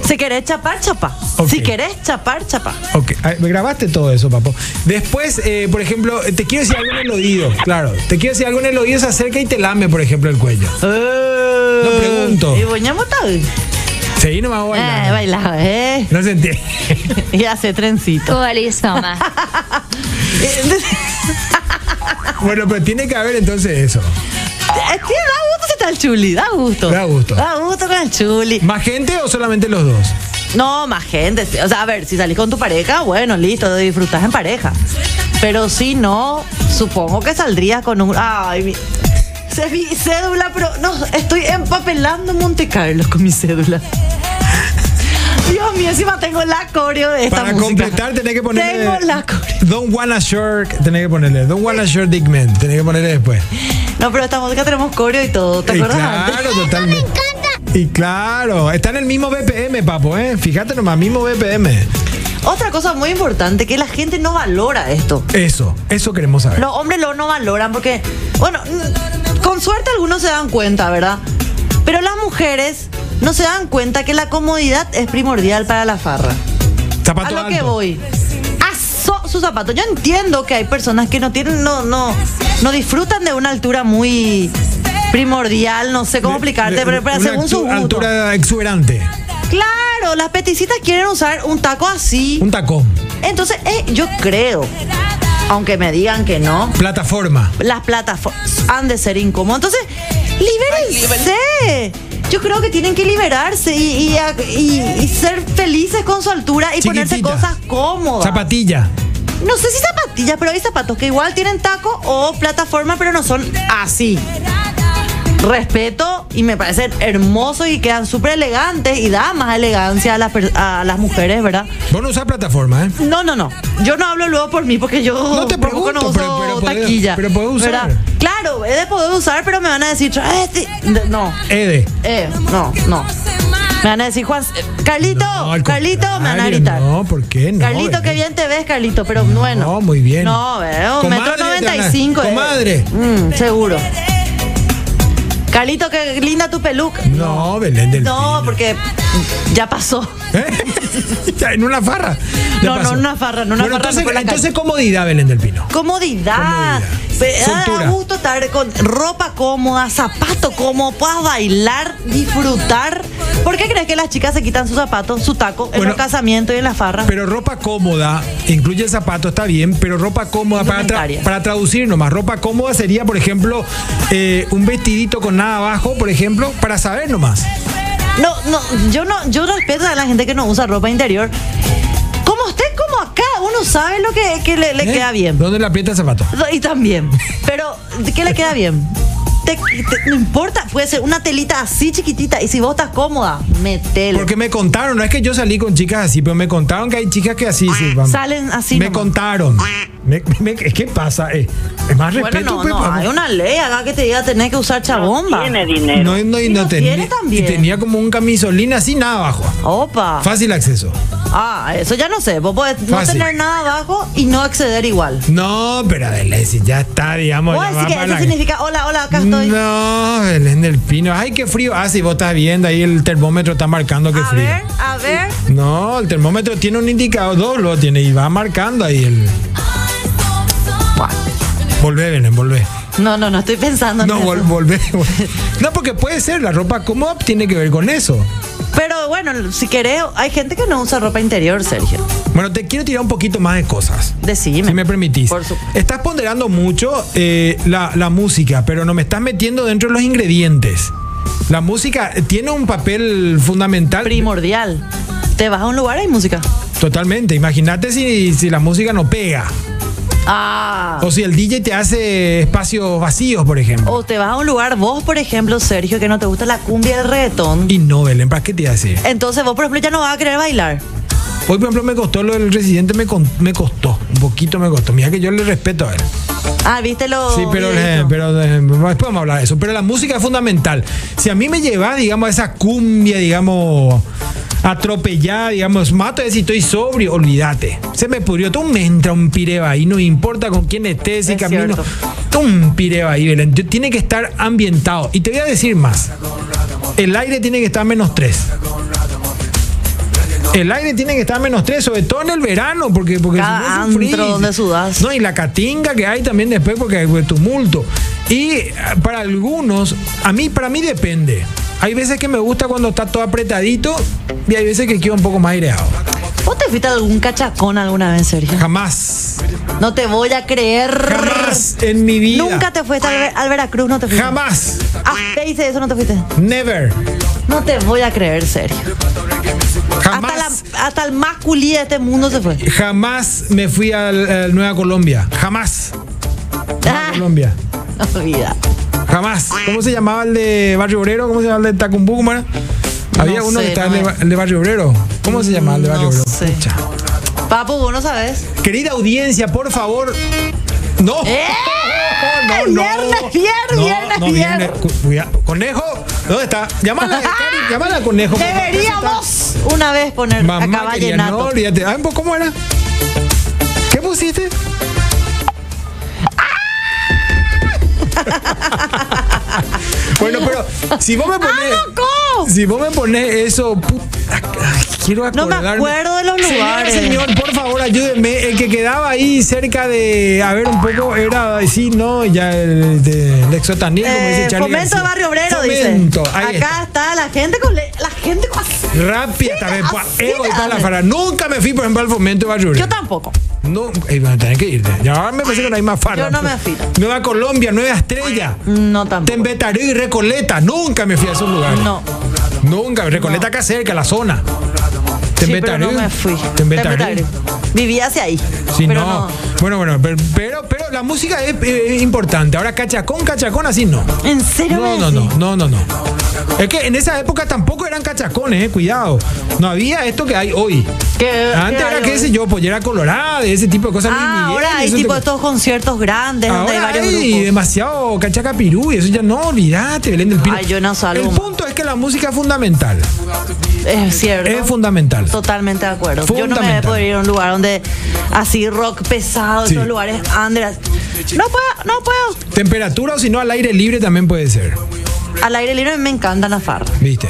A: Si querés chapar, chapa.
B: Ok.
A: Si querés chapar, chapa.
B: Ok, a ver, grabaste todo eso, papo. Después, eh, por ejemplo, te quiero decir algo en el oído. Claro, te quiero decir algo en el oído, se acerca y te lame, por ejemplo, el cuello.
A: No
B: Eh. pregunto.
A: Y boñamos todo.
B: Seguí nomás
A: Eh,
B: bailando.
A: bailaba, eh.
B: No se entiende.
A: Y hace trencito.
E: Coalizoma.
B: bueno, pero tiene que haber entonces eso.
A: Eh, sí, da gusto si está el chuli, da gusto.
B: Da gusto.
A: Da gusto con el chuli.
B: ¿Más gente o solamente los dos?
A: No, más gente. O sea, a ver, si salís con tu pareja, bueno, listo, lo disfrutás en pareja. Pero si no, supongo que saldrías con un. Ay, mi. Se mi cédula, pero. No, estoy empapelando Monte Carlo con mi cédula. Dios mío, encima tengo la coreo de esta
B: Para
A: música.
B: completar, tenés que ponerle.
A: Tengo la coreo.
B: Don't wanna shirk, tenés que ponerle. Don't wanna shirk Dick Man, tenés que ponerle después.
A: No, pero esta música tenemos coreo y todo. ¿Te
B: Y
A: acuerdas? antes?
B: claro, totalmente. Y claro, está en el mismo BPM, papo, ¿eh? Fíjate nomás, mismo BPM.
A: Otra cosa muy importante que la gente no valora esto.
B: Eso, eso queremos saber.
A: Los hombres lo no valoran porque, bueno, n- con suerte algunos se dan cuenta, ¿verdad? Pero las mujeres no se dan cuenta que la comodidad es primordial para la farra.
B: Zapato
A: A lo
B: alto.
A: que voy. Asó su zapato. Yo entiendo que hay personas que no tienen, no, no, no disfrutan de una altura muy primordial, no sé cómo explicarte,
B: De-
A: pero, pero
B: una
A: según
B: actu-
A: su gusto.
B: altura exuberante.
A: Claro, las peticitas quieren usar un taco así.
B: Un tacón.
A: Entonces, eh, yo creo, aunque me digan que no,
B: Plataforma.
A: las plataformas han de ser incómodas. Entonces, libérense. Yo creo que tienen que liberarse y, y a- y- y ser felices con su altura y ponerse
B: Chiquitita.
A: cosas cómodas.
B: Zapatilla.
A: no sé si zapatillas, pero hay zapatos que igual tienen taco o plataforma, pero no son así. Respeto y me parecen hermosos y quedan súper elegantes y da más elegancia a las, per- a las mujeres, ¿verdad?
B: Vos no usás plataforma, ¿eh?
A: No, no, no. Yo no hablo luego por mí porque yo
B: No te
A: por poco
B: pregunto,
A: no
B: pero-
A: uso
B: pero podés-
A: taquilla.
B: pero podés usar.
A: ¿verdad? Claro, he de poder usar, pero me van a decir, "Trae este". De- no,
B: Ede.
A: eh, no, no. Me van a decir, Juan, eh, Carlito,
B: No, al
A: Carlito, me van a
B: contrario,
A: gritar.
B: No, ¿por qué no?
A: Carlito, qué
B: Belén?
A: bien te ves, Carlito, pero bueno.
B: No, muy bien.
A: No, veo,
B: Comadre,
A: metro
B: te van a-
A: 95. eh.
B: comadre.
A: Mm, seguro. Carlito, qué linda tu peluca.
B: No, Belén del
A: No,
B: Pino.
A: porque ya pasó.
B: ¿Eh? Ya, en una farra. Le
A: No, no, en una farra, en una farra no
B: bueno, Entonces,
A: fue la
B: entonces comodidad, Belén del Pino.
A: Comodidad.
B: Comodidad.
A: Pe-
B: Soltura.
A: Da gusto estar con ropa cómoda, zapato cómodo, puedas bailar, disfrutar. ¿Por qué crees que las chicas se quitan sus zapatos, su taco, en
B: Bueno,
A: los casamientos y en las farras?
B: Pero ropa cómoda, incluye el zapato, está bien, pero ropa cómoda para, tra-
A: Indumentaria.
B: para traducir nomás. Ropa cómoda sería, por ejemplo, eh, un vestidito con nada abajo, por ejemplo, para saber nomás.
A: No, no, yo no, yo respeto a la gente que no usa ropa interior. Como usted, como acá, uno sabe lo que, que le, le
B: ¿Eh?
A: queda bien.
B: ¿Dónde le aprieta el zapato?
A: Y también. Pero, ¿qué le queda bien? Te- te- no importa, puede ser una telita así chiquitita. Y si vos estás cómoda, metele.
B: Porque me contaron, no es que yo salí con chicas así, pero me contaron que hay chicas que así sí, van.
A: Salen así
B: Me
A: nomás.
B: contaron.
E: Me- me- ¿Qué pasa? Eh, es más
A: Bueno,
E: respeto.
A: no,
E: pues,
A: no,
E: vamos.
A: hay una ley acá que te diga tenés que usar chabomba.
F: Tiene dinero.
B: No, no, y
A: Y
B: no
A: no
B: tenía-
A: tiene también.
B: Y tenía como un camisolín así nada abajo.
A: Opa.
B: Fácil acceso.
A: Ah, eso ya no sé. Vos podés no
B: Fácil.
A: tener nada abajo y no acceder igual.
B: No, pero Belén, si ya está, digamos.
A: Vos
B: ya
A: decís
B: va
A: que
B: para
A: eso
B: la-
A: significa, hola, hola, acá estoy.
B: No, Belén del Pino. Ay, qué frío. Ah, si vos estás viendo ahí el termómetro está marcando qué
A: a
B: frío.
A: ver, a ver.
B: No, el termómetro tiene un indicador, dos lo tiene y va marcando ahí el. Volvé, Belén, volvé.
A: No, no, no estoy pensando en
B: No,
A: eso.
B: vol- volvé. volvé. No, porque puede ser, la ropa cómoda tiene que ver con eso.
A: Pero bueno, si querés, hay gente que no usa ropa interior, Sergio.
B: Bueno, te quiero tirar un poquito más de cosas.
A: Decime.
B: Si me permitís.
A: Por supuesto.
B: Estás ponderando mucho eh, la, la música, pero no me estás metiendo dentro de los ingredientes. La música tiene un papel fundamental.
A: Primordial. Te vas a un lugar, hay música.
B: Totalmente. Imagínate si, si la música no pega.
A: Ah.
B: O si el DJ te hace espacios vacíos, por ejemplo.
A: O te vas a un lugar, vos, por ejemplo, Sergio, que no te gusta la cumbia del reggaetón.
B: Y no, Belén, ¿para qué te hace?
A: Entonces vos, por ejemplo, ya no vas a querer bailar.
B: Hoy, por ejemplo, me costó lo del residente, me, con- me costó. Un poquito me costó. Mira que yo le respeto a él.
A: Ah, ¿viste lo
B: Sí, pero, eh,
A: videíto?
B: pero eh, después vamos a hablar de eso. Pero la música es fundamental. Si a mí me lleva, digamos, a esa cumbia, digamos, atropellada, digamos, mato de si estoy sobrio, olvídate. Se me pudrió. Tú me entra un pireba y no importa con quién estés, si
A: Es
B: camino.
A: cierto.
B: Tú un pireba ahí, Belén. Tú- Tiene que estar ambientado. Y te voy a decir más. El aire tiene que estar a menos 3. El aire tiene que estar a menos 3, sobre todo en el verano, porque, porque
A: Cada
B: no
A: antro
B: sufrís.
A: donde sudás.
B: No, y la catinga que hay también después porque hay pues, tumulto. Y eh, para algunos, a mí, para mí depende. Hay veces que me gusta cuando está todo apretadito y hay veces que quiero un poco más aireado.
A: ¿Vos te fuiste a algún cachacón alguna vez, Sergio?
B: Jamás,
A: No te voy a creer.
B: jamás en mi vida.
A: Nunca te fuiste al, Ver- al Veracruz, no te fuiste.
B: Jamás,
A: Ah, te hice eso, no te fuiste.
B: never,
A: No te voy a creer, Sergio. Hasta,
B: jamás,
A: la- hasta el más culí de este mundo se fue.
B: jamás me fui a Nueva Colombia. Jamás, Nueva
A: Ah,
B: Colombia.
A: vida.
B: Jamás. ¿Cómo se llamaba el de Barrio Obrero? ¿Cómo se llamaba el de Tacumbú? ¿Cómo era? Había
A: No
B: uno
A: sé,
B: que estaba
A: no
B: en el
A: me-
B: ba- el de Barrio Obrero. ¿Cómo se llamaba el de Barrio
A: No
B: Obrero?
A: sé.
B: Pucha.
A: Papu, vos no sabes.
B: Querida audiencia, por favor. No.
A: Eh,
B: No, no.
A: Viernes, viernes, viernes, viernes.
B: Cu- cuida- Conejo, ¿dónde está? Llamala, Cari, llamala conejo. por favor.
A: Deberíamos una vez poner
B: Mamá,
A: acá
B: quería, no,
A: vallenato.
B: olvídate. Ah, pues, ¿Cómo era? ¿Qué pusiste? bueno, pero si vos me pones.
A: ¡Ah, loco!
B: Si vos me pones eso. puta, ay, quiero
A: No me
B: acordarme.
A: acuerdo de los
B: Señora,
A: lugares.
B: señor, por favor, ayúdeme. El que quedaba ahí cerca de. A ver, un poco era. Sí, no, ya el de el exotanil, como dice
A: Eh,
B: Charlie.
A: fomento
B: García.
A: de Barrio Obrero,
B: Fomento,
A: dice.
B: Ahí
A: Acá está. la gente con le- la gente con
B: Rápida también. pa-
A: así
B: eh, voy
A: de-
B: para la fara. Nunca me fui, por ejemplo, al fomento de Barrio
A: Yo
B: Obrero.
A: tampoco.
B: No, eh, bueno, tenés que irte. Ya ahora me parece que no hay más fara.
A: Yo no me fui.
B: Nueva Colombia, Nueva Estrella.
A: No tampoco.
B: Tembetarú y Recoleta. Nunca me fui a esos lugares.
A: No.
B: Nunca. Recoleta acá cerca, la
A: Sí,
B: zona.
A: pero
B: Tembetarú.
A: no me fui.
B: Tembetarú.
A: Tembetaré. Viví hacia ahí.
B: Sí,
A: pero
B: no.
A: no.
B: Bueno, bueno, pero, pero, pero la música es, eh, importante. Ahora cachacón, cachacón, así no.
A: ¿En serio?
B: No,
A: me
B: no, no,
A: decís?
B: no, no, no. Es que en esa época tampoco eran cachacones, eh, cuidado. No había esto que hay hoy.
A: ¿Qué-
B: Antes
A: qué
B: era,
A: hay
B: qué
A: hoy?
B: sé yo, pollera colorada, de ese tipo de cosas. Luis
A: Eh, Ah,
B: Miguel,
A: ahora hay
B: eso te-
A: tipo estos conciertos grandes donde hay
B: Ahora
A: varios
B: hay
A: grupos.
B: demasiado cachaca pirú y eso ya no, olvídate, Belén del Pino.
A: Ay, yo no salgo
B: El
A: más.
B: punto es que la música es fundamental.
A: Es cierto.
B: Es fundamental.
A: Totalmente de acuerdo. Yo no me
B: Fundamental.
A: puedo ir a un lugar donde así rock pesado,
B: Sí.
A: esos lugares Andreas. No puedo, no puedo.
B: Temperatura o si no al aire libre también puede ser.
A: Al aire libre me encantan las farras.
B: ¿Viste?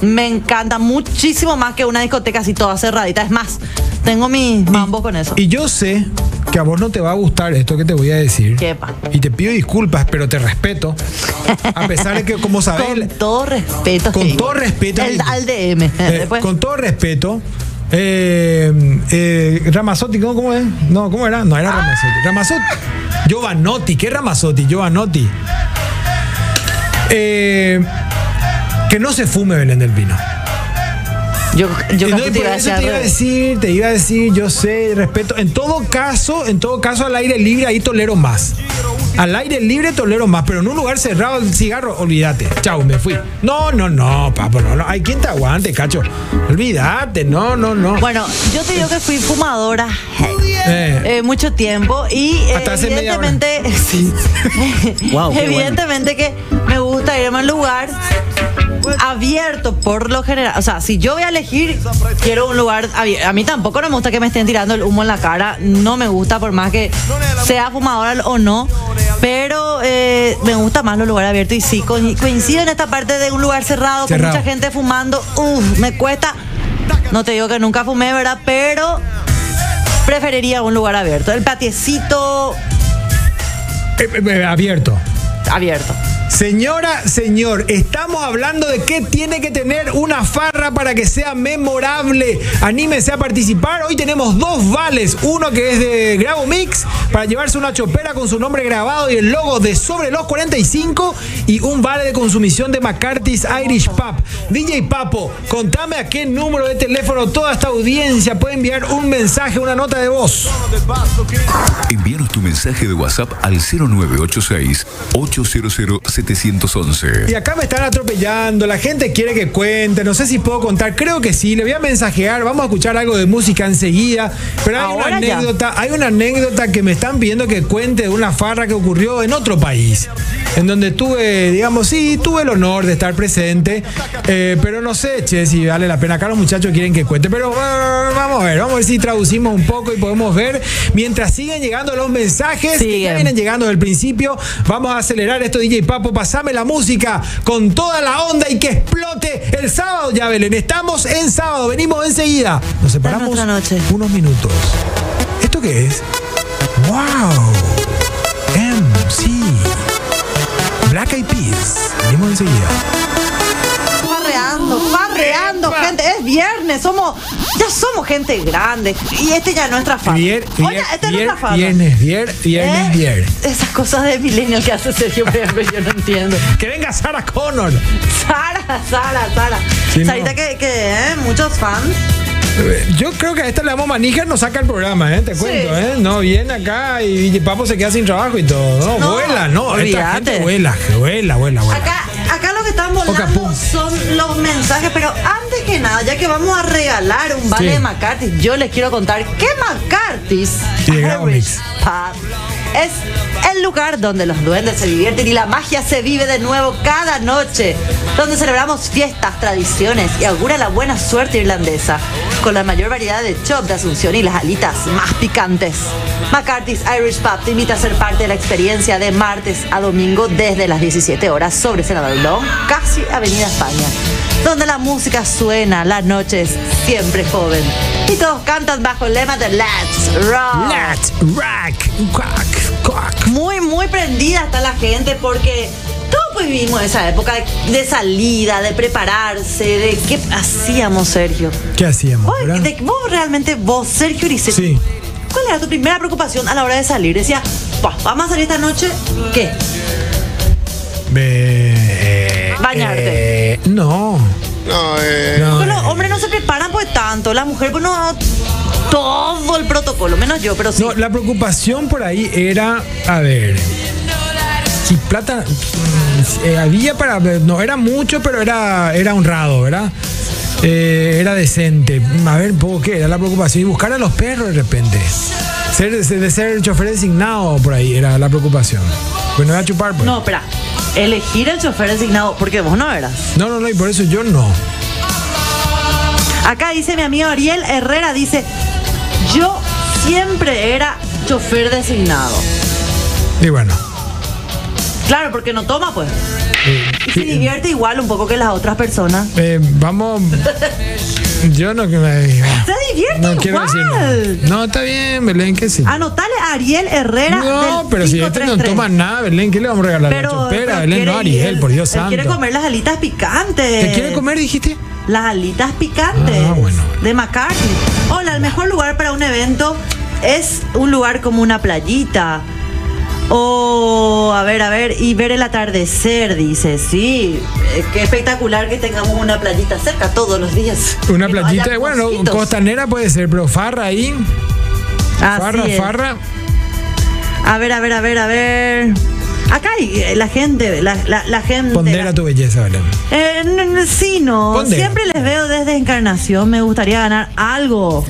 A: Me encanta muchísimo más que una discoteca así toda cerradita. Es más, tengo mis mambos con eso.
B: Y yo sé que a vos no te va a gustar esto que te voy a decir.
A: Quepa.
B: Y te pido disculpas, pero te respeto. A pesar de que, como
A: Con
B: sabés,
A: todo respeto.
B: Con
A: digo.
B: todo respeto.
A: El- al DM.
B: Eh,
A: Después,
B: con todo respeto, eh, eh, Ramazzotti, ¿cómo, cómo es? No, ¿cómo era? No, era Ramazzotti. Ramazzotti. Giovanotti, ¿qué Ramazzotti? Giovanotti. Eh, que no se fume Belén del Pino.
A: yo yo
B: Y no,
A: casi
B: y
A: te
B: por
A: iba a
B: eso
A: decir al
B: te iba a
A: revés.
B: decir, te iba a decir, yo sé, respeto. En todo caso, en todo caso, al aire libre ahí tolero más. Al aire libre tolero más, pero en un lugar cerrado el cigarro, olvídate. Chau, me fui. No, no, no, papo, no, no. Hay quien te aguante, cacho. Olvídate, no, no, no.
A: Bueno, yo te digo que fui fumadora.
B: Eh.
A: eh, mucho tiempo y eh,
B: Hasta hace media hora.
A: evidentemente sí.
F: Guau, qué bueno.
A: evidentemente que me gusta irme a un lugar abierto por lo general o sea si yo voy a elegir quiero un lugar abier- a mí tampoco no me gusta que me estén tirando el humo en la cara no me gusta por más que sea fumadora o no pero eh, me gusta más los lugares abiertos y sí co- coincido en esta parte de un lugar cerrado,
B: Cerrado.
A: con mucha gente fumando uff me cuesta no te digo que nunca fumé verdad pero preferiría un lugar abierto. El patiecito
E: Eh, eh, eh, abierto.
A: abierto.
B: Señora, señor, estamos hablando de qué tiene que tener una farra para que sea memorable. Anímense a participar. Hoy tenemos dos vales. Uno que es de Grabo Mix para llevarse una chopera con su nombre grabado y el logo de Sobre los 45 y un vale de consumición de McCarthy's Irish Pub. DJ Papo, contame a qué número de teléfono toda esta audiencia puede enviar un mensaje, una nota de voz.
G: Envíanos tu mensaje de WhatsApp al 0986-800-711.
B: Y acá me están atropellando, la gente quiere que cuente, no sé si puedo contar, creo que sí, le voy a mensajear, vamos a escuchar algo de música enseguida, pero hay una
A: Ahora ya.
B: anécdota, hay una anécdota que me están pidiendo que cuente de una farra que ocurrió en otro país, en donde tuve, digamos, sí, tuve el honor de estar presente, eh, pero no sé, che, si vale la pena, acá los muchachos quieren que cuente, pero ah, vamos a ver, vamos a ver si traducimos un poco y podemos ver, mientras siguen llegando los mensajes, que ya
A: Siguen.
B: vienen llegando del principio. Vamos a acelerar esto, DJ Papo. Pasame la música con toda la onda y que explote el sábado, ya Belén. Estamos en sábado, venimos enseguida. Nos separamos
A: nuestra noche.
B: unos minutos. ¿Esto qué es? ¡Wow! MC. Black Eyed Peas. Venimos enseguida.
A: Farreando, farreando, gente. Es viernes, somos, ya somos gente grande. Y este ya no es trafago.
B: Vier-
A: Oye,
B: vier-
A: este no ¿Eh? es
B: vier-
A: trafago.
B: viernes, vier- viernes, viernes.
A: Esas cosas de millennial que hace Sergio Pérez, yo no entiendo.
B: Que venga Sarah Connor.
A: Sara, Sara, Sara.
B: Sí, no.
A: Sarita que, que ¿eh? muchos fans.
B: Eh, Yo creo que a esta le damos manija, nos saca el programa, ¿eh? te cuento. ¿eh? No, viene acá y DJ Papo se queda sin trabajo y todo. No,
A: No,
B: vuela, no. Esta
A: olvídate.
B: gente vuela, que vuela, vuela, vuela.
A: Acá, acá lo que están
B: Ocapú.
A: volando son los mensajes, pero antes que nada, ya que vamos a regalar un vale
B: Sí.
A: de McCarthy's, yo les quiero contar que McCarthy's
B: Sí, llegamos,
A: Irish Pub es el lugar donde los duendes se divierten y la magia se vive de nuevo cada noche, donde celebramos fiestas, tradiciones y augura la buena suerte irlandesa, con la mayor variedad de chops de Asunción y las alitas más picantes. McCarthy's Irish Pub te invita a ser parte de la experiencia de martes a domingo desde las 17 horas sobre Senador Long, casi Avenida España, donde la música suena, la noche es siempre joven y todos cantan bajo el lema de Let's Rock.
B: Lat, rack, quack, quack.
A: Muy, muy prendida está la gente porque todos pues vivimos esa época de- de salida, de prepararse, de qué hacíamos, Sergio.
B: ¿Qué hacíamos?
A: Vos,
B: verdad?
A: de- vos realmente, vos, Sergio Uricetti,
B: Sí.
A: ¿cuál era tu primera preocupación a la hora de salir? Decía, "Pa, vamos a salir esta noche, ¿qué?
B: Ve-
A: Bañarte.
B: eh, no.
H: No, eh,
B: no,
A: Pues
B: eh.
A: los hombres no se preparan pues tanto, las mujeres pues no, todo el protocolo, menos yo, pero sí.
B: No, la preocupación por ahí era, a ver, si plata mm, eh, había para, no era mucho, pero era, era honrado, ¿verdad? Eh, era decente. Mm, A ver, ¿por ¿qué era la preocupación? Y buscar a los perros de repente. Ser, de ser chofer designado por ahí era la preocupación. Pues no iba a chupar, pues.
A: No, espera, elegir el chofer designado, porque vos no eras.
B: no, no, no, y por eso yo no.
A: Acá dice mi amigo Ariel Herrera, dice, yo siempre era chofer designado.
B: Y bueno.
A: Claro, porque no toma pues.
B: eh,
A: Y se divierte igual un poco que las otras personas.
B: eh, vamos. Yo no que me.
A: Se divierte
B: No
A: igual.
B: quiero decir nada. No, está bien, Belén, que sí.
A: Anotale a Ariel Herrera.
B: No,
A: del
B: pero si este no
A: 533.
B: toma nada, Belén, ¿qué le vamos a regalar?
A: Pero, pero
B: la chopera, Belén,
A: quiere
B: no, Ariel,
A: ir-
B: por Dios
A: él
B: santo.
A: Quiere comer eh, las alitas picantes.
B: ¿Te quiere comer, dijiste?
A: Las alitas picantes
B: Ah, bueno, bueno.
A: de McCartney. Hola, el mejor lugar para un evento es un lugar como una playita. O, a ver, a ver, y ver el atardecer, dice, sí. eh, qué espectacular que tengamos una playita cerca todos los días.
B: Una
A: Que no
B: platita,
A: haya
B: de- bueno,
A: mosquitos.
B: costanera puede ser, pero farra ahí,
A: Así
B: farra,
A: es.
B: farra.
A: A ver, a ver, a ver, a ver. Acá hay eh, la gente, la, la- la gente. la-
B: Pondera tu belleza, Belén.
A: Eh, n- n- sí, no.
B: Pondera.
A: Siempre les veo desde Encarnación. Me gustaría ganar algo.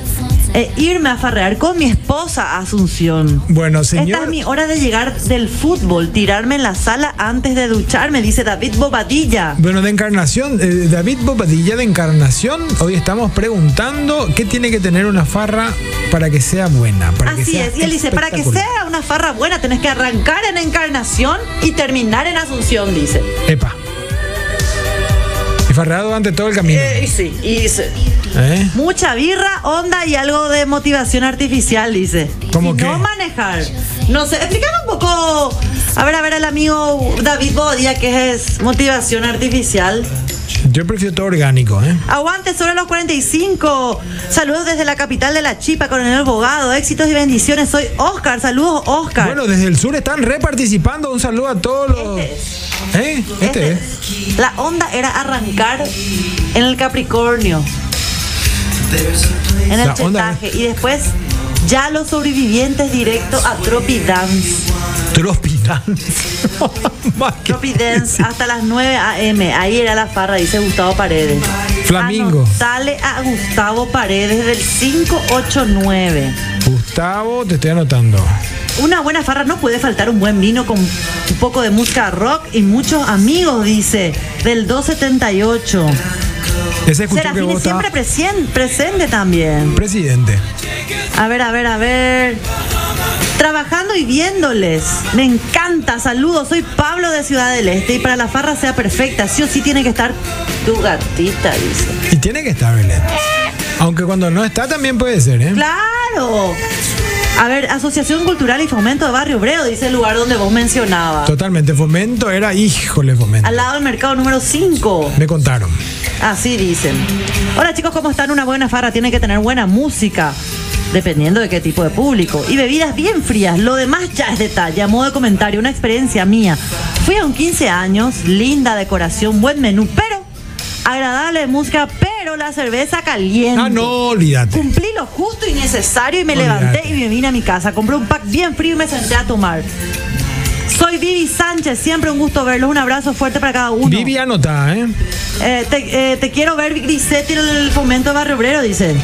A: eh, irme a farrear con mi esposa a Asunción.
B: Bueno,
A: Esta
B: señor.
A: es mi hora de llegar del fútbol, tirarme en la sala antes de ducharme, dice David Bobadilla.
B: Bueno, de encarnación, eh, David Bobadilla de encarnación, hoy estamos preguntando qué tiene que tener una farra para que sea buena. Para que
A: Así
B: sea
A: es, y él dice, para que
B: espectacular.
A: sea una farra buena tenés que arrancar en Encarnación y terminar en Asunción, dice.
B: Epa. Y farreado durante todo el camino.
A: Eh, y sí, y dice,
B: ¿eh?
A: mucha birra, onda y algo de motivación artificial, dice.
B: ¿Cómo
A: Y
B: qué?
A: No manejar. No sé, explícame un poco. A ver, a ver, el amigo David Bodía, que es motivación artificial.
B: Yo prefiero todo orgánico, ¿eh?
A: Aguante sobre los 45. Saludos desde la capital de la Chipa, Coronel Bogado. Éxitos y bendiciones. Soy Oscar. Saludos, Oscar.
B: Bueno, desde el sur están reparticipando. Un saludo a todos los. ¿Eh? Este es.
A: La onda era arrancar en el Capricornio. En el
B: La onda
A: chetaje. Y después ya los sobrevivientes directo a Tropidance.
B: Tropidance. Más que-
A: Tropidance hasta las 9 a.m. Ahí era la farra, dice Gustavo Paredes.
B: Flamingo.
A: Sale a Gustavo Paredes del 589.
B: Gustavo, te estoy anotando.
A: Una buena farra no puede faltar un buen vino con un poco de música rock y muchos amigos, dice, del 278.
B: Ese escuchó que
A: Serafine
B: vota
A: siempre presien- presente también.
B: presidente.
A: A ver, a ver, a ver. Trabajando y viéndoles. Me encanta. Saludos. Soy Pablo de Ciudad del Este. Y para la farra sea perfecta, sí o sí tiene que estar tu gatita, dice.
B: Y tiene que estar Belén. Aunque cuando no está también puede ser, ¿eh?
A: ¡Claro! A ver, Asociación Cultural y Fomento de Barrio Obreo, dice el lugar donde vos mencionabas.
B: Totalmente. Fomento era, híjole, fomento.
A: Al lado del mercado número 5.
B: Me contaron.
A: Así dicen. Hola chicos, ¿cómo están? Una buena farra tiene que tener buena música, dependiendo de qué tipo de público. Y bebidas bien frías. Lo demás ya es detalle, a modo de comentario, una experiencia mía. Fui a un 15 años, linda decoración, buen menú, pero agradable música, pero la cerveza caliente.
B: Ah, no, olvídate.
A: Cumplí lo justo y necesario y me
B: Olvídate.
A: levanté y me vine a mi casa. Compré un pack bien frío y me senté a tomar. Soy Vivi Sánchez, siempre un gusto verlos. Un abrazo fuerte para cada uno.
B: Vivi anota, ¿eh?
A: Eh, te, eh, te quiero ver Grisetti en el fomento de Barrio Obrero, dice.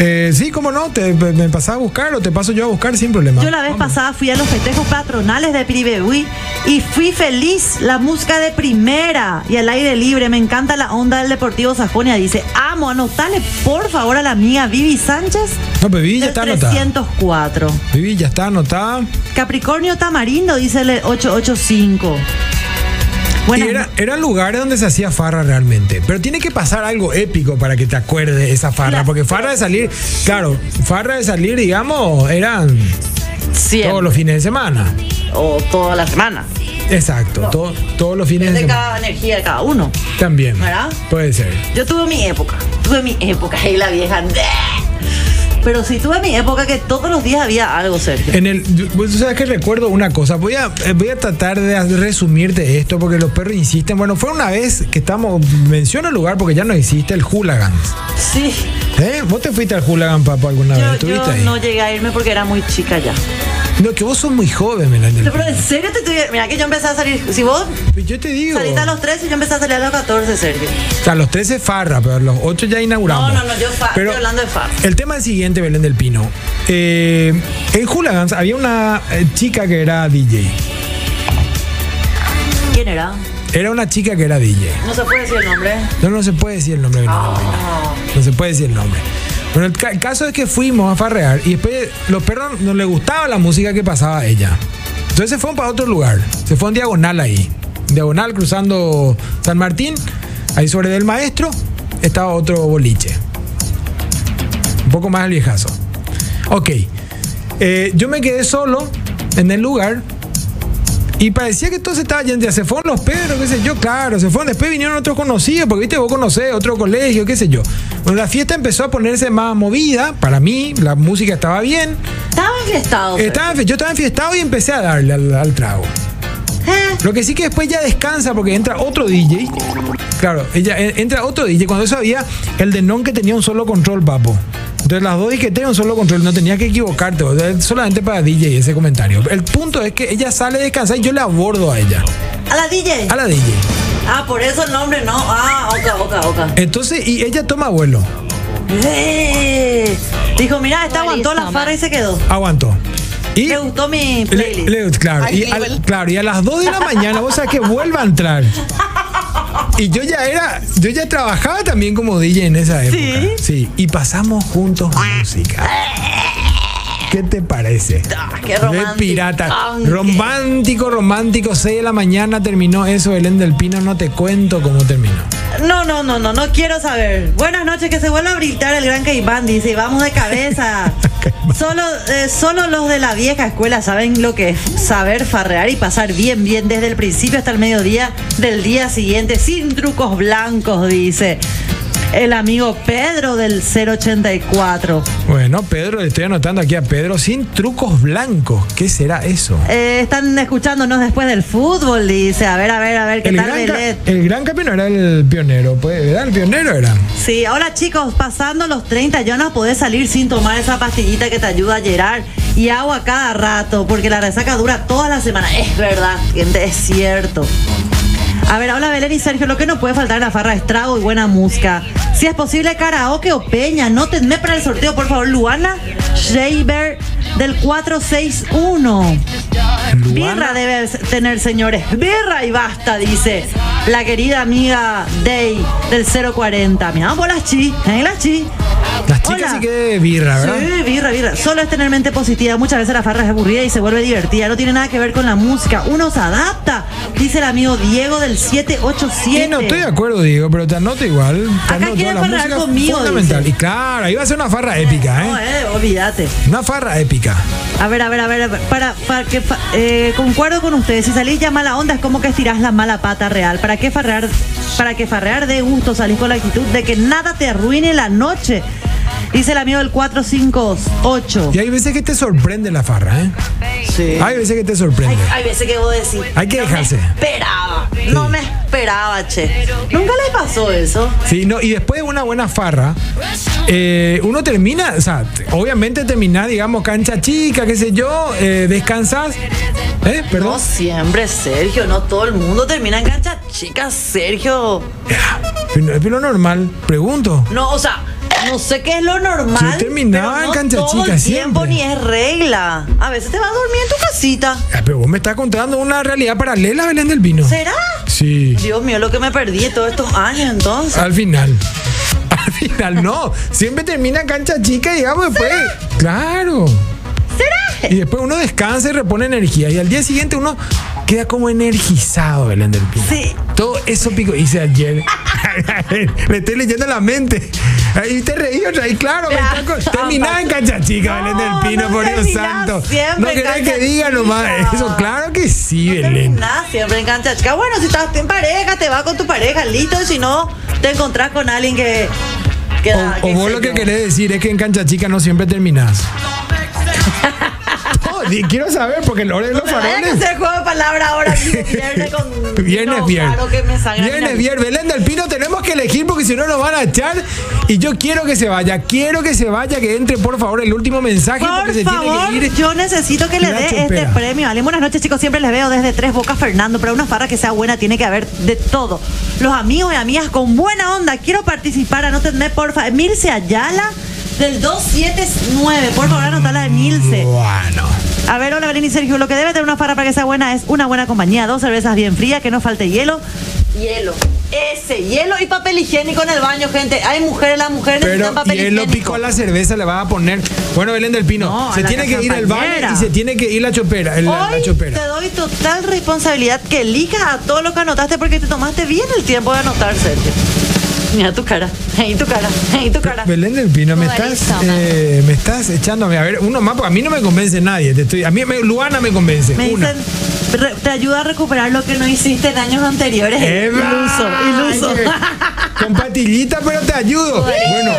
B: Eh, sí, cómo no, te, me me pasás a buscar o te paso yo a buscar sin problema.
A: Yo la vez
B: Vamos.
A: pasada fui a los festejos patronales de Piribebuy y fui feliz. La música de primera y al aire libre. Me encanta la onda del Deportivo Sajonia, dice. Amo, anotale por favor a la amiga Vivi Sánchez.
B: No, pero Vivi ya
A: del
B: está anotada.
A: 304.
B: Vivi ya está anotada.
A: Capricornio Tamarindo, dice el 885.
B: Y
A: Buenas
B: era, eran lugares donde se hacía farra realmente. Pero tiene que pasar algo épico para que te acuerdes esa farra.
A: Claro.
B: Porque farra de salir, claro, farra de salir, digamos, eran
A: siempre,
B: todos los fines de semana.
A: o toda la semana.
B: Exacto, to- todos los fines de
A: De
B: semana.
A: cada energía de cada uno.
B: También.
A: ¿Verdad?
B: Puede ser.
A: Yo tuve mi época, tuve mi época y la vieja. Pero sí tuve mi época que todos los días había algo, Sergio.
B: En el, pues, tú sabes que recuerdo una cosa. Voy a, eh, voy a tratar de resumirte esto porque los perros insisten. Bueno, fue una vez que estamos. Menciono el lugar porque ya no existe el Hooligans.
A: Sí,
B: ¿Eh? ¿Vos te fuiste al Hooligan, papá, alguna vez?
A: yo,
B: ¿Estuviste
A: yo
B: ahí?
A: no llegué a irme porque era muy chica ya.
B: No, que vos sos muy joven, Melania.
A: Pero en serio te tuve. Mira que yo empecé a salir. Si vos
B: Pues Yo te digo.
A: saliste a los 13, yo empecé a salir a los 14, Sergio.
B: O sea, los 13 farra, pero los 8 ya inauguramos.
A: No, no, no, yo fa- estoy hablando de farra.
B: El tema es el siguiente, Belén del Pino. Eh, en Hooligans había una eh, chica que era DJ.
A: ¿Quién era?
B: Era una chica que era DJ.
A: No se puede decir el nombre.
B: No, no se puede decir el nombre. Belén del Pino. No se puede decir el nombre. Bueno, el, ca- el caso es que fuimos a farrear y después los perros no les gustaba la música que pasaba a ella. Entonces se fueron para otro lugar. Se fue en diagonal ahí. En Diagonal cruzando San Martín. Ahí sobre del maestro estaba otro boliche. Un poco más al viejazo. Ok. Eh, yo me quedé solo en el lugar. Y parecía que todo se estaba yendo. Ya se fueron los perros, qué sé yo, claro, se fueron. Después vinieron otros conocidos, porque viste, vos conocés otro colegio, qué sé yo. Bueno, la fiesta empezó a ponerse más movida. Para mí, la música estaba bien.
A: Estaba enfiestado. Sergio.
B: Estaba enfe- yo estaba enfiestado y empecé a darle al, al trago.
A: Eh,
B: Lo que sí que después ya descansa porque entra otro DJ. Claro, ella en- entra otro DJ. Cuando eso había el de non que tenía un solo control, papo. Entonces las dos que tenían un solo control, no tenía que equivocarte, o sea, solamente para DJ ese comentario. El punto es que ella sale a descansar y yo la abordo a ella,
A: A la DJ.
B: a la DJ.
A: Ah, por eso el nombre no. Ah, oca, oca, oca.
B: Entonces, y ella toma vuelo.
A: Eh, Dijo, mira, esta aguantó la farra y se quedó.
B: Aguantó. Y
A: Le gustó mi
B: le-
A: playlist.
B: le- claro, y
A: Ay,
B: al-
A: nivel.
B: claro, y a las 2 de la mañana, vos sabés que vuelva a entrar. Y yo ya era, yo ya trabajaba también como DJ en esa época. Sí. Y pasamos juntos música. ¿Qué te parece?
A: Ah, qué
B: Re
A: romántico.
B: pirata.
A: Ay, qué-
B: Romántico, romántico. 6 de la mañana terminó eso, Belén del Pino. No te cuento cómo terminó.
A: No, no, no, no, no quiero saber. Buenas noches, que se vuelva a brindar el gran Caimán, dice, y vamos de cabeza. solo, eh, solo los de la vieja escuela saben lo que es saber farrear y pasar bien, bien desde el principio hasta el mediodía del día siguiente, sin trucos blancos, dice el amigo Pedro del 084.
B: Bueno, Pedro, le estoy anotando aquí a Pedro sin trucos blancos. ¿Qué será eso?
A: Eh, están escuchándonos después del fútbol, dice. A ver, a ver, a ver, ¿qué
B: El
A: tal
B: gran, ca-
A: Belet?
B: el gran campeón era el pionero, pues, ¿verdad? El pionero era.
A: Sí, hola chicos, pasando los 30 ya no podés salir sin tomar esa pastillita que te ayuda a llerar y agua cada rato, porque la resaca dura toda la semana. Es verdad, gente, es cierto. A ver, hola Belén y Sergio, lo que no puede faltar en la farra es trago y buena música. Si es posible, karaoke o peña, notenme para el sorteo, por favor, Luana Shaver del 461. Birra debe tener, señores. Birra y basta, dice la querida amiga Day del 040. Mi amor, las chi, ¿eh? las chi.
B: Las chicas
A: Hola.
B: sí que de birra, ¿verdad?
A: Sí, birra, birra. Solo es tener mente positiva. Muchas veces la farra es aburrida y se vuelve divertida. No tiene nada que ver con la música. Uno se adapta, dice el amigo Diego del
B: Y
A: 787.
B: no estoy de acuerdo, Diego, pero te anoto igual. Te
A: Acá
B: anoto,
A: quieren
B: la
A: farrear
B: música es
A: conmigo,
B: Fundamental.
A: dice.
B: Y claro, ahí va a ser una farra épica,
A: No,
B: ¿eh?
A: eh, olvídate.
B: Una farra épica.
A: A ver, a ver, a ver, a ver, para, para que fa- eh, concuerdo con ustedes, si salís ya mala onda es como que estirás la mala pata real. ¿Para qué farrear, para que farrear de gusto salís con la actitud de que nada te arruine la noche? Dice el amigo del 458.
B: Y hay veces que te sorprende la farra, ¿eh?
A: Sí.
B: Hay veces que te sorprende.
A: Hay veces que vos decís.
B: Hay que dejarse.
A: Esperaba, no me esperaba, che. Nunca les pasó eso.
B: Sí, no, y después de una buena farra, eh, uno termina, o sea, t- obviamente termina, digamos, cancha chica, qué sé yo, eh, descansas. ¿Eh? Perdón.
A: No siempre, Sergio, no todo el mundo termina en cancha chica, Sergio.
B: Pero Es lo normal, pregunto.
A: No, o sea, no sé qué es lo normal.
B: Yo terminaba
A: pero
B: en
A: no
B: cancha
A: todo
B: chica
A: el tiempo
B: siempre.
A: ni es regla. A veces te vas a dormir en tu casita.
B: Ah, Pero vos me estás contando una realidad paralela, Belén del Vino.
A: ¿Será?
B: Sí.
A: Dios mío, lo que me perdí todos estos años entonces.
B: Al final. Al final, no. Siempre termina cancha chica, digamos, después. Claro.
A: ¿Será?
B: Y después uno descansa y repone energía. Y al día siguiente uno queda como energizado, Belén del Pino.
A: Sí.
B: Todo eso pico hice ayer. Le estoy leyendo la mente. Ahí te reí otra vez, claro. me está co-
A: Ya,
B: Terminá en
A: papá.
B: cancha chica,
A: No,
B: Belén del Pino,
A: no
B: por Dios
A: terminás
B: santo.
A: siempre
B: No
A: en
B: querés
A: cancha
B: que diga nomás
A: chica.
B: eso. Claro que sí, Belén.
A: Nada, siempre en cancha chica. Bueno, si estás en pareja, te vas con tu pareja, listo. Y si no, te encontrás con alguien que. que da-
B: O, o
A: Ah, qué
B: vos
A: sé
B: lo que
A: yo.
B: querés decir es que en cancha chica no siempre terminás. No, di- quiero saber, porque el orden de los
A: Me vayan a
B: faroles.
A: hacer juego de palabras ahora mismo, viernes con.
B: Viernes,
A: no,
B: viernes.
A: Claro que me sangra la
B: Viernes,
A: nariz.
B: viernes. Belén del Pino, tenemos que elegir porque si no nos van a echar. Y yo quiero que se vaya. Quiero que se vaya, que entre por favor el último mensaje porque
A: Por
B: se
A: favor,
B: tiene que ir.
A: yo necesito que le
B: la
A: dé este
B: chopera.
A: premio. Ale, buenas noches, chicos. Siempre les veo desde Tres Bocas, Fernando. Pero una farra que sea buena tiene que haber de todo. Los amigos y amigas con buena onda. Quiero participar. Anótenme, porfa. Emilce Ayala del 279. Por favor, anotá la de Emilce.
B: Bueno.
A: A ver, hola Belén y Sergio. Lo que debe tener una farra para que sea buena es una buena compañía, dos cervezas bien frías, que no falte hielo. Hielo. Ese, hielo y papel higiénico en el baño, gente. Hay mujeres, las mujeres
B: Pero
A: necesitan papel
B: y él lo
A: higiénico.
B: picó a la cerveza, le va a poner. Bueno, Belén del Pino,
A: No, a
B: se
A: la
B: tiene que ir el baño
A: campañera.
B: y se tiene que ir la chopera. el- la- la
A: Hoy
B: chopera.
A: te doy total responsabilidad que elijas a todo lo que anotaste porque te tomaste bien el tiempo de anotar, Sergio. Mira tu cara, ahí tu cara, ahí tu cara.
B: Belén del Pino, me
E: Lugar
B: estás,
E: Isama.
B: eh, me estás echándome. A ver, uno más, porque a mí no me convence nadie. Te estoy, a mí me- Luana me convence.
A: Me
B: una.
A: dicen, re- te ayuda a recuperar lo que no hiciste en años anteriores.
B: ¡Eva!
A: Iluso, iluso.
B: Que- Con patillita, pero te ayudo. Bueno,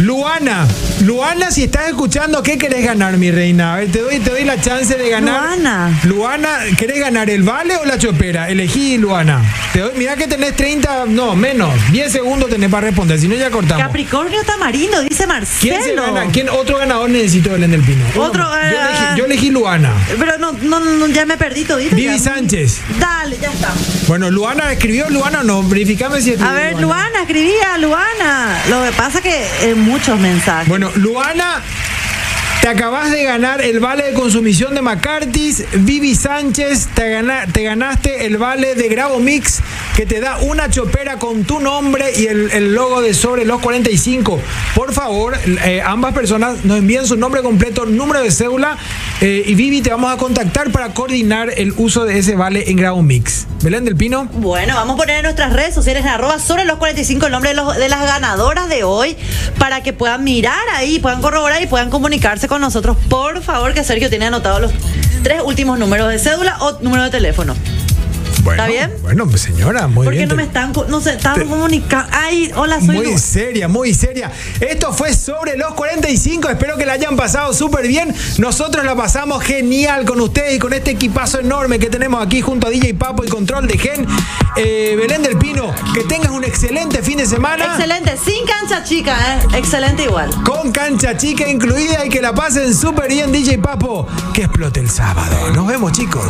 B: Luana, Luana, si estás escuchando, ¿qué querés ganar, mi reina? A ver, te doy, te doy la chance de ganar.
A: Luana.
B: Luana, ¿querés ganar el vale o la chopera? Elegí, Luana. Te doy, mirá que tenés 30, no, menos, 10 segundos tenés para responder, si no ya cortamos.
A: Capricornio tamarindo, dice Marcelo.
B: ¿Quién se gana? ¿Quién otro ganador necesito Belén del Pino? Uno
A: Otro,
B: más. yo,
A: eh,
B: elegí, yo elegí Luana.
A: Pero no, no, no, ya me perdí todo ¿viste?
B: Vivi
A: Ya.
B: Sánchez.
A: Dale, ya está.
B: Bueno, Luana escribió, Luana o no, verificame si escribió.
A: A ver, Luana, escribía, Luana. Lo que pasa que eh, muchos mensajes.
B: Bueno, Luana, te acabas de ganar el vale de consumición de Macartis. Vivi Sánchez, te, gana- te ganaste el vale de Grabo Mix que te da una chopera con tu nombre y el, el logo de Sobre los 45. Por favor, eh, ambas personas nos envían su nombre completo, número de cédula eh, y Vivi te vamos a contactar para coordinar el uso de ese vale en Grabo Mix. Belén del Pino.
A: Bueno, vamos a poner en nuestras redes sociales en arroba sobre los 45 el nombre de, los- de las ganadoras de hoy para que puedan mirar ahí, puedan corroborar y puedan comunicarse con nosotros. Por favor, que Sergio tiene anotados los tres últimos números de cédula o número de teléfono.
B: Bueno,
A: bien?
B: Bueno, pues, señora, muy
A: Porque
B: bien.
A: no me
B: te-
A: están, co- no se están comunicando. Ay, hola, soy
B: Muy
A: Lu-
B: seria, muy seria. Esto fue sobre los 45. Espero que la hayan pasado súper bien. Nosotros la pasamos genial con ustedes y con este equipazo enorme que tenemos aquí junto a DJ Papo y Control de Gen. Eh, Belén del Pino, que tengas un excelente fin de semana.
A: Excelente, sin cancha chica, ¿eh? Excelente igual.
B: Con cancha chica incluida y que la pasen súper bien, DJ Papo. Que explote el sábado. Nos vemos, chicos.